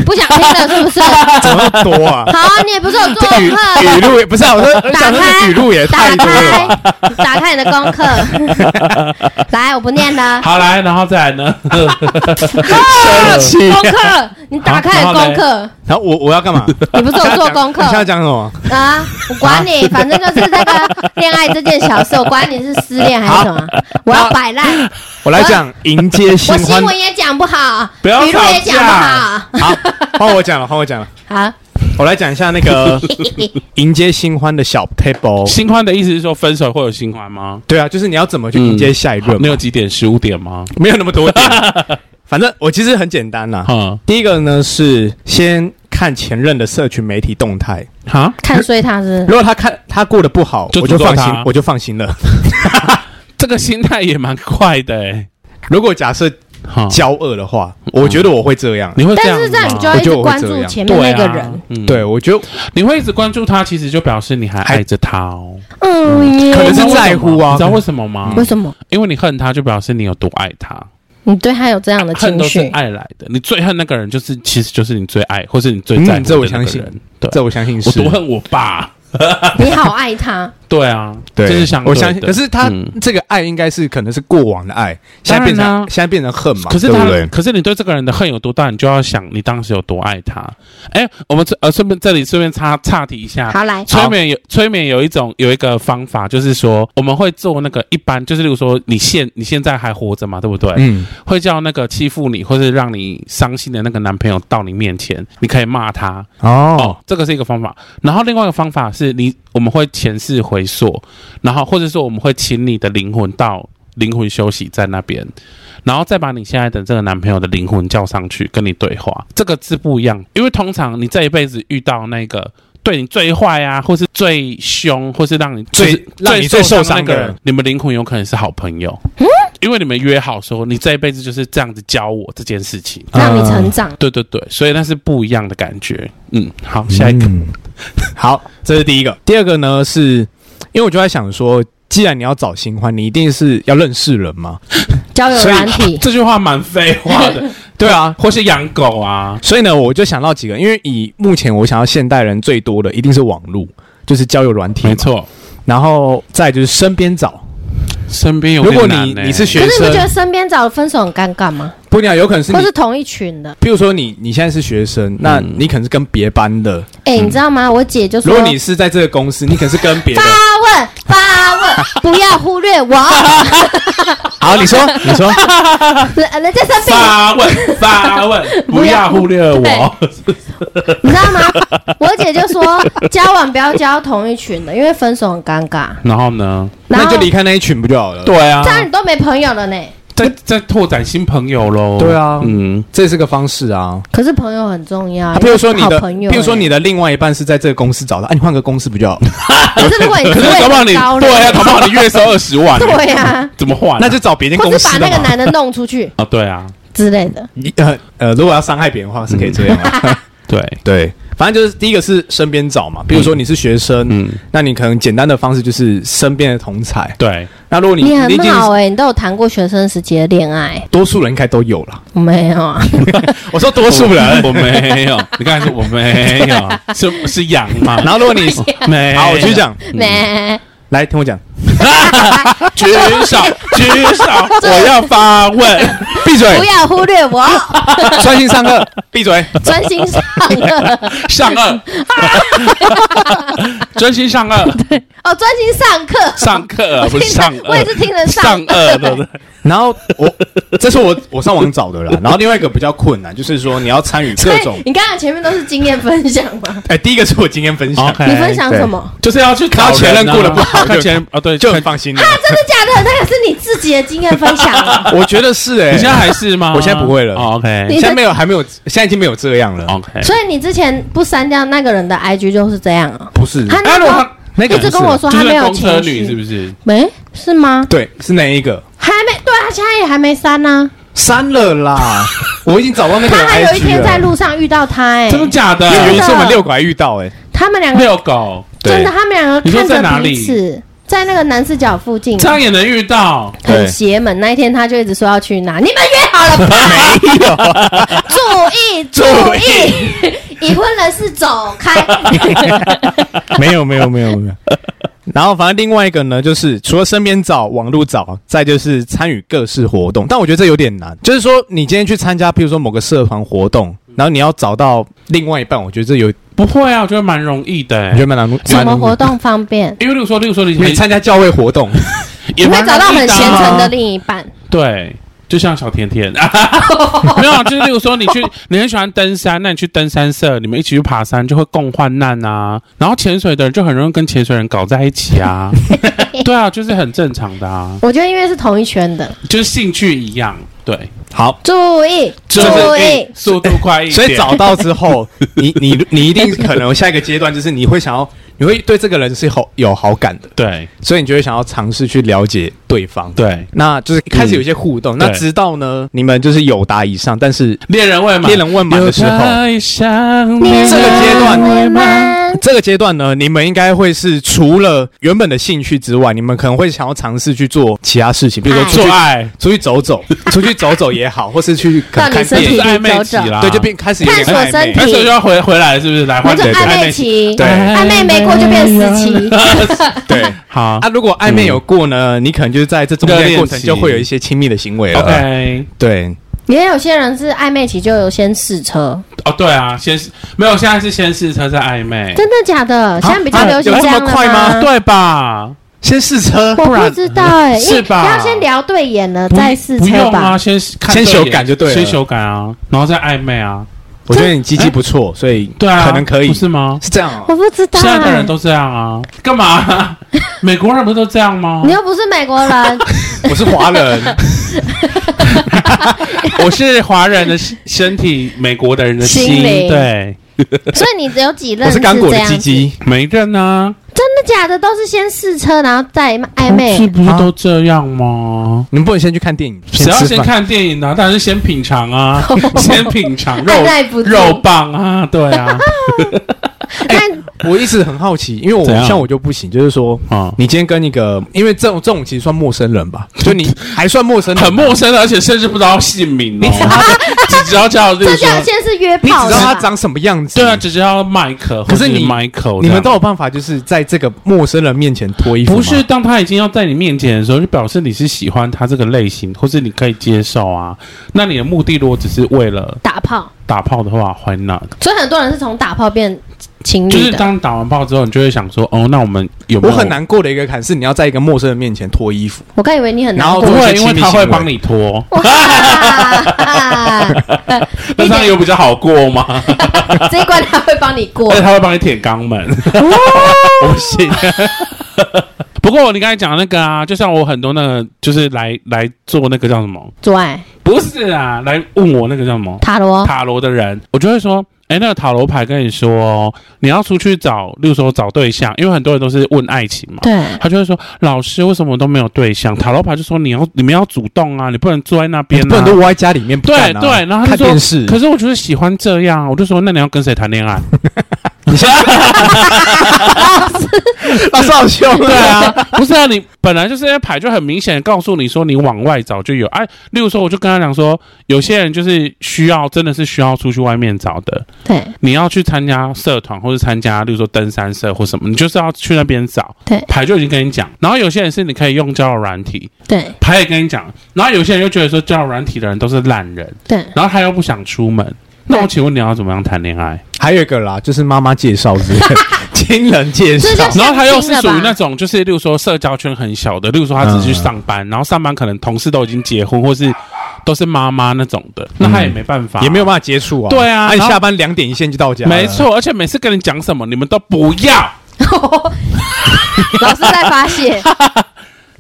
A: 不想听了是不 是？好
C: 怎么那么 多啊？
A: 啊，你也不是有做
C: 这
A: 功
C: 个语
A: 课，
C: 语录也不是啊，我说我想说
A: 打开
C: 这语录也
A: 打
C: 太多了吧。
A: 开，打开你的功课。 来，我不念了。
B: 好来，然后再来呢？
C: 气
A: 功课，你打开你的功课，
C: 然后我我要干嘛？
A: 你不是有做功
C: 你现在
A: 课
C: 讲什么？啊
A: 啊？我管你，反正就是这个恋爱这件小小事，我管你是失恋还是什么，
C: 啊
A: 我要摆烂，
C: 我来讲迎接新
A: 我新
C: 欢。
A: 闻也讲不好，
B: 不要
A: 语录也
B: 吵
A: 讲
B: 架
A: 不好，
C: 好，换我讲了，换我讲了。
A: 好，
C: 我来讲一下 那个迎接新欢的小 table。
B: 新欢的意思是说分手会有新欢吗？
C: 对啊，就是你要怎么去迎接下一
B: 好
C: 任
B: 那
C: 嘛？
B: 有几点？十五点吗？
C: 没有那么多点。 反正我其实很简单啦。
B: 哈
C: 第一个呢是先看前任的社群媒体动态，
B: 哈，
A: 看衰他是
C: 如果他看他过得不好，
B: 就
C: 我就
B: 诅咒
C: 放心
B: 他，
C: 我就放心了。
B: 这个心态也蛮快的哎。
C: 如果假设
B: 哈，
C: 交恶的话，我觉得我会这样。啊
B: 你会这
A: 但
B: 样吗？
A: 是这样你就要
C: 我
A: 一直
C: 觉得我会
A: 关
C: 这
A: 注
C: 样
A: 前面
B: 对
A: 那
B: 啊
A: 个人，，
B: 嗯
C: 对，，我觉得
B: 你会一直关注他，其实就表示你还爱着他哦。
A: 嗯耶，
C: 啊可能是在乎啊
B: 你知道为什么吗？
A: 为什么
B: 因为你恨他，就表示你有多爱他。
A: 你对他有这样的
B: 恨
A: 情
B: 都是
A: 绪？
B: 爱来的，你最恨那个人，就是其实就是你最爱，或是你最在乎的那个人。
C: 嗯这我相信
B: 对，
C: 这我相信是
B: 我多恨我爸。
A: 你好爱 他，
B: 对啊，
C: 对，
B: 这是相对
C: 我
B: 的
C: 相信。可是他
B: 嗯
C: 这个爱应该是可能是过往的爱，现在变
B: 当然
C: 成
B: 啦
C: 现在变成恨嘛，
B: 可是
C: 对
B: 他
C: 不对，？
B: 可是你对这个人的恨有多大，你就要想你当时有多爱他。哎，我们这呃顺便这里顺便插岔题一下，
C: 啊
A: 好来，
B: 催眠有催眠有一种有一个方法，就是说我们会做那个一般，就是例如说你现你现在还活着嘛，对不对？
C: 嗯，
B: 会叫那个欺负你或是让你伤心的那个男朋友到你面前，你可以骂他
C: 哦
B: 哦，，这个是一个方法。然后另外一个方法是你我们会前世回溯，然后或者说我们会请你的灵魂到灵魂休息在那边。然后再把你现在的这个男朋友的灵魂叫上去跟你对话，这个是不一样，因为通常你这一辈子遇到那个对你最坏啊，或是最凶，或是让你
C: 最
B: 就是
C: 让你最受伤
B: 那个
C: 的人，嗯
B: 你们灵魂有可能是好朋友，因为你们约好说你这一辈子就是这样子教我这件事情。
A: 让你成
C: 呃
A: 长。
B: 对对对，所以那是不一样的感觉。嗯，好，下一个，
C: 嗯 好，这是第一个。第二个呢，是因为我就在想说，既然你要找新欢，你一定是要认识人嘛。
A: 交友
C: 所以
A: 软体，
B: 这句话蛮废话 的，
C: 对啊，
B: 或是养狗啊，
C: 所以呢，我就想到几个，因为以目前我想要现代人最多的一定是网络，就是交友软体，
B: 没。错，
C: 然后再来就是身边找，
B: 身边有
C: 如
B: 点
C: 果
B: 难
C: 你
B: 呢
C: 你是
A: 可
C: 学
A: 是你不觉
C: 生，
A: 得身边找分手很尴尬吗？
C: 不鸟有可能是你嗯
A: 或，是同一群的？
C: 比如说你你现在是学生，那
B: 嗯
C: 你可能是跟别班的。
A: 哎，你知道吗？我姐就说
C: 如果你是在这个公司，你可能是跟别 的
A: 发。问发问，不要忽略我，呃
C: 好，你说你说，
A: 人人家生病了，
B: 发 问发问，不要忽略我。
A: 你知道吗？我姐就说交往不要交同一群的，因为分手很尴尬。
B: 然后呢？
A: 然
C: 那
A: 后
C: 就离开那一群不就好了？
B: 对啊
A: 这样你都没朋友了呢。
B: 在在拓展新朋友喽。
C: 对啊
B: 嗯，
C: 这是个方式啊。
A: 可是朋友很重要，
C: 啊，比如说你
A: 好
C: 的，
A: 朋友，欸
C: 比如说你，的另外一半是在这个公司找的，哎、你换个公司不就好？
A: 可是如果你
B: 可
A: 地
B: 是
A: 位
B: 搞不好你
A: 很高了，
B: 对啊，搞不好你月收二十 万，
A: 对呀，
B: 怎么换啊？
C: 那就找别间
A: 或
C: 公
A: 是把
C: 司的
A: 那个
C: 嘛。
A: 男的弄出去
B: 啊，对啊，
A: 之类的。
C: 你呃呃，如果要伤害别人的话，是可以这样、
A: 嗯
C: 啊。
B: 对，
C: 对，反正就是第一个是身边找嘛，比如说你是学生，
B: 嗯，
C: 那你可能简单的方式就是身边的同才。
B: 对，
C: 那如果你
A: 你
C: 已
A: 很
C: 经
A: 好哎，你都有谈过学生时期的恋爱？
C: 多数人应该都有了。
A: 我没有啊，
C: 我说多数人
B: 我，我没有，你刚才说我没 有，是是羊嘛？
C: 然后如 果你
B: 没有，
C: 好，我继续讲，
A: 没。
C: 来听我讲，
B: 举手，举 手，我要发问，
C: 闭嘴
A: 不，要忽略我，
C: 专心上课，闭嘴。
A: 专心上课。
B: 上颚，专心上颚，
A: 哦，专心上课。
B: 上课不
A: 我
B: 是
A: 听
B: 上
A: 了，我也是
B: 颚，
A: 听人
B: 上颚，对 不对？
C: 然后我，这是我我上网找的啦。然后另外一个比较困难，就是说你要参与各
A: 对，
C: 种。
A: 你刚刚前面都是经验分享 嘛？
C: 哎，第一个是我今天分享，
B: OK
A: 你分享什么？
B: 就是要去
C: 看到前任过得不好
B: 看
C: 就
B: 前任啊，对，
C: 啊就很
B: 看
C: 放心了。
A: 真的假的？那个是你自己的经验分享啊，
C: 我觉得是哎、
B: 你现在还是吗？
C: 我现在不会了
B: 哦
A: 你
B: ，OK，OK，
C: 现在没有，还没有，现在已经没有这样了。
B: 哎
A: 所以你之前不删掉那个人的 IG 就是这样啊。
C: 不是，
A: 他
B: 哎
A: 那
B: 如
A: 时
B: 果
A: 候
B: 他
C: 那个
A: 一直
C: 人
A: 跟我
C: 是
A: 说
B: 就
A: 他
B: 是
A: 没
B: 那
A: 有
B: 公车
A: 情
B: 女是
A: 绪，
B: 不是？
A: 没是吗？
C: 对，是哪一个？
A: 还没对啊，现在也还没删呢。
C: 删了 啦，我已经找到那个
A: 他
C: 人
A: 还有一
C: IG
A: 天在
C: 了。
A: 路上遇到他，哎
B: 啊真，的假的？
C: 有
A: 真
C: 一
A: 的
C: 次我们遛狗还遇到 哎、
A: 他们两个
B: 遛狗，
C: 对
A: 真的，他们两个
B: 你说
A: 看
B: 在哪
A: 着
B: 里
A: 彼此，在那个南四角附近
B: 这，样也能遇到？
A: 很邪门。那一天他就一直说要去哪，你们约好了吧？
C: 哎
A: 注意注意， 已婚人士走开。
C: 没有没有没有没有。然后反正另外一个呢，就是除了身边找、网络找，再就是参与各式活动。但我觉得这有点难，就是说你今天去参加，譬如说某个社团活动，然后你要找到另外一半，我觉得这有
B: 不会啊，我觉得蛮容易的、
C: 你觉
B: 欸。
C: 得蛮难？
A: 什
C: 蛮
A: 么
C: 难
A: 活？动方便？
B: 因为例如说，例如说你
C: 你参加教会活动，
A: 你
B: 也
A: 会
B: 蛮
A: 找到
B: 容易
A: 很
B: 的啊
A: 虔诚的另一半。
B: 对，就像小 甜甜，没有啊，就是例如说你去， 你很喜欢登山，那你去登山社，你们一起去爬山就会共患难啊。然后潜水的人就很容易跟潜水人搞在一 起啊，对啊，就是很正常的啊，
A: 我觉得因为是同一圈的，
B: 就是兴趣一样，对，哎
C: 好，
A: 注意注意，
B: 速度快一点，
C: 所以找到之后，你你 你一定可能下一个阶段就是你会想要，你会对这个人是好有好感的，
B: 对
C: 所以你就会想要尝试去了解对方。，
B: 对，
C: 那就是开始有一些互动。那
B: 对
C: 直到呢，你们就是有答以上，但是
B: 恋人未满，
C: 猎人问满的时候，
B: 太想你
C: 这个阶段
A: 恋人未满
C: 这个阶段呢，你们应该会是除了原本的兴趣之外，你们可能会想要尝试去做其他事情，比如说
A: 爱
C: 出
B: 啊做
C: 去
B: 爱，
C: 出去 走走，出去走走也好，或是去可能
A: 到
C: 看
A: 你身
C: 电
A: 体
B: 就是
C: 影，
B: 暧昧期啦，
C: 对，就变开始有点
A: 探索
C: 暧
A: 身
C: 昧
A: 体。
B: 那哎时候就要回回来，是不是？来
A: 那
B: 换
A: 就
B: 对
A: 暧昧
B: 昧期，
A: 期，
C: 对
A: 暧昧没过就变时 期，
C: 对
B: 好
C: 啊，如果暧昧有过呢，
B: 嗯
C: 你可能就是在这中
B: 热
C: 间
B: 恋
C: 过程
B: 期
C: 就会有一些亲密的行为了。
B: ，OK。
C: 对，
A: 也有些人是暧昧期就有先试车，
B: 哦，对啊，先试没有，现在是先试车再暧昧，
A: 真的假的？现在比较
C: 啊
A: 流行
C: 有
A: 这
C: 这么
A: 样了
C: 快吗
B: 对吧？
C: 先试车，
A: 我
C: 不
A: 不
C: 然
A: 知道哎，因为
B: 是吧
A: 要先聊对眼了
B: 不
A: 再试
B: 不
A: 车
B: 用
A: 吧
B: 啊，。先看
C: 先
B: 对
C: 修
B: 眼
C: 改就对了
B: 先修改啊，然后再暧昧啊，
C: 我觉得你鸡鸡不错，所以
B: 对啊，
C: 可能可以
B: 不是吗？
C: 是这样 哦。
A: 我不知道
B: 现
A: 欸，
B: 在的人都这样啊，干嘛 啊？美国人不都这样吗
A: 你？又不是美国人，
C: 我是华人，
B: 我是华人的身体，美国的人的
A: 心灵
B: 对，
A: 所以你只有几任
C: 我是刚果
A: 这
C: 的
A: 样
C: 鸡
A: 子，
C: 鸡，
B: 没认啊，
A: 真的假的？都是先试车，然后再暧
B: 哦是
A: 昧。
B: 不是都这样吗？
C: 你们不能先去看电影，
B: 谁要
C: 吃
B: 先
C: 饭
B: 看电影呢？当然是先品尝 啊，先品尝肉
A: 按耐不住
B: 肉棒啊，对 啊，哎
A: 但
C: 我一直很好奇，因为我
B: 怎样
C: 像我就不行，就是说，
B: 啊，
C: 你今天跟一个，因为这种这种其实算陌生人 吧，就你还算陌生人，啊
B: 很陌生的，而且甚至不知道姓名 哦，只知道叫例如
A: 这
B: 说
A: 叫先是约
C: 你只
A: 炮
C: 知道他
A: 是吧？
C: 长什么样子，
B: 对啊，只知道麦克，
C: 可是你
B: Michael，
C: 你们
B: 这
C: 都
B: 样
C: 有办法，就是在这个陌生人面前脱衣服吗
B: 不是当他已经要在你面前的时候，就表示你是喜欢他这个类型，或是你可以接受啊。那你的目的如果只是为了
A: 打炮，
B: 打炮的话，why not？
A: 所以很多人是从打炮变情
B: 就
A: 侣
B: 是
A: 的。
B: 当打完炮之后，你就会想说，哦，那我们有没
C: 我
B: 有
C: 很难过的一个坎是，你要在一个陌生人面前脱衣服，
A: 我刚以为你很难
C: 然后
B: 不
A: 过。
B: 会，因为他会帮你脱，
A: 哇
B: 那这样有比较好过吗？
A: 这一关他会帮你过
B: 而且，他会帮你舔肛门， 不信。不过你刚才讲的那个啊，就像我很多那个，就是来来做那个叫什么？
A: 做爱
B: 不是啊，来问我那个叫什么？
A: 塔罗
B: 塔罗的人，我就会说，哎、那个塔罗牌跟你说哦，你要出去找，例如说找对象，因为很多人都是问爱情嘛。
A: 对。
B: 他就会说：“老师，为什么都没有对象？”塔罗牌就说：“你要，你们要主动啊，你不能坐在那边、啊，
C: 不然都窝在家里面不干
B: 对
C: 啊
B: 对。”然后他
C: 看
B: 就说
C: 电：“视。
B: 可是我就是喜欢这样啊。”我就说：“那你要跟谁谈恋爱？”
C: 老师好凶啊，
B: 对啊，不是啊，你本来就是那牌就很明显地告诉你说你往外找就有。哎、例如说，我就跟他讲说，有些人就是需要，真的是需要出去外面找的。
A: 对
B: 你要去参加社团或者参加，例如说登山社或什么，你就是要去那边找
A: 对
B: 牌就已经跟你讲。然后有些人是你可以用交友软体，
A: 对
B: 牌也跟你讲。然后有些人又觉得说交友软体的人都是烂人，
A: 对，
B: 然后他又不想出门。那我请问你要怎么样谈恋爱？
C: 还有一个啦，就是妈妈介绍之类 的，亲人介绍
A: 这，就
B: 然后他又是
A: 相
B: 属
A: 亲
B: 于
A: 了吧
B: 那种，就是例如说社交圈很小的，例如说他只是去上班，然后上班可能同事都已经结婚，或是都是妈妈那种的，那他也没办法，
C: 嗯也没有办法啊接触啊。
B: 对啊
C: 那你
B: 然后
C: 下班两点一线就到家，
B: 没。错。而且每次跟你讲什么，你们都不要，
A: 老师在发 泄，因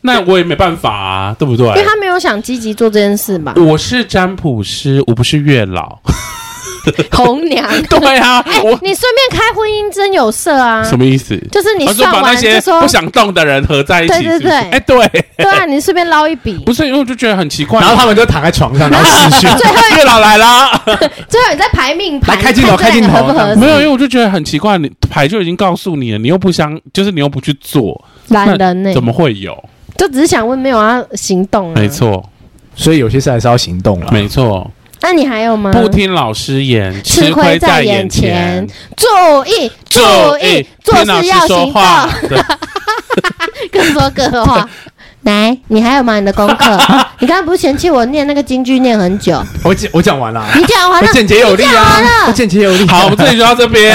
B: 那我也没办法啊，对不对？
A: 为他没有想积极做这件事吧？
B: 我是占卜师，我不是月 老。
A: 红娘，
B: 对啊，
A: 哎
B: 我，
A: 你顺便开婚姻真有色啊？
B: 什么意思？
A: 就是你
B: 他说
A: 算
B: 把那
A: 完就
B: 些
A: 说
B: 不，想动的人合在一起，
A: 对对
B: 是不是
A: 对
B: 哎，对，
A: 对啊，你顺便捞一笔。
B: 不是，因为我就觉得很奇怪。
C: 然后他们就躺在床上，然后视讯。月老来啦，
A: 最后你在排命盘，
C: 来开镜头
A: 看这两个
C: 开镜头
A: 合不合
B: 没
A: 适？
B: 有，因为我就觉得很奇怪，你牌就已经告诉你了，你又不相，就是你又不去做，
A: 懒人呢
B: 怎？么会有？
A: 就只是想问，没有要行动啊
B: 没。错，
C: 所以有些事还是要行动了。
B: 没错，
A: 那你还有吗？
B: 不听老师言，
A: 嗯吃
B: 吃
A: 亏
B: 亏
A: 在眼
B: 眼前哎
A: 前。注意注意，做
B: 听老
A: 事
B: 师
A: 要
B: 说
A: 行
B: 话
A: 动，，
B: 对
A: 各说各话。来，你还有吗？你的功课？你刚刚不是嫌弃我念那个京剧念很久？
C: 我讲我讲完了，
A: 你讲完
C: 我
A: 了，
C: 简洁有力
A: 你讲
C: 啊
A: 完，了
C: 我简洁有力。
B: 好，我们这里就到这边。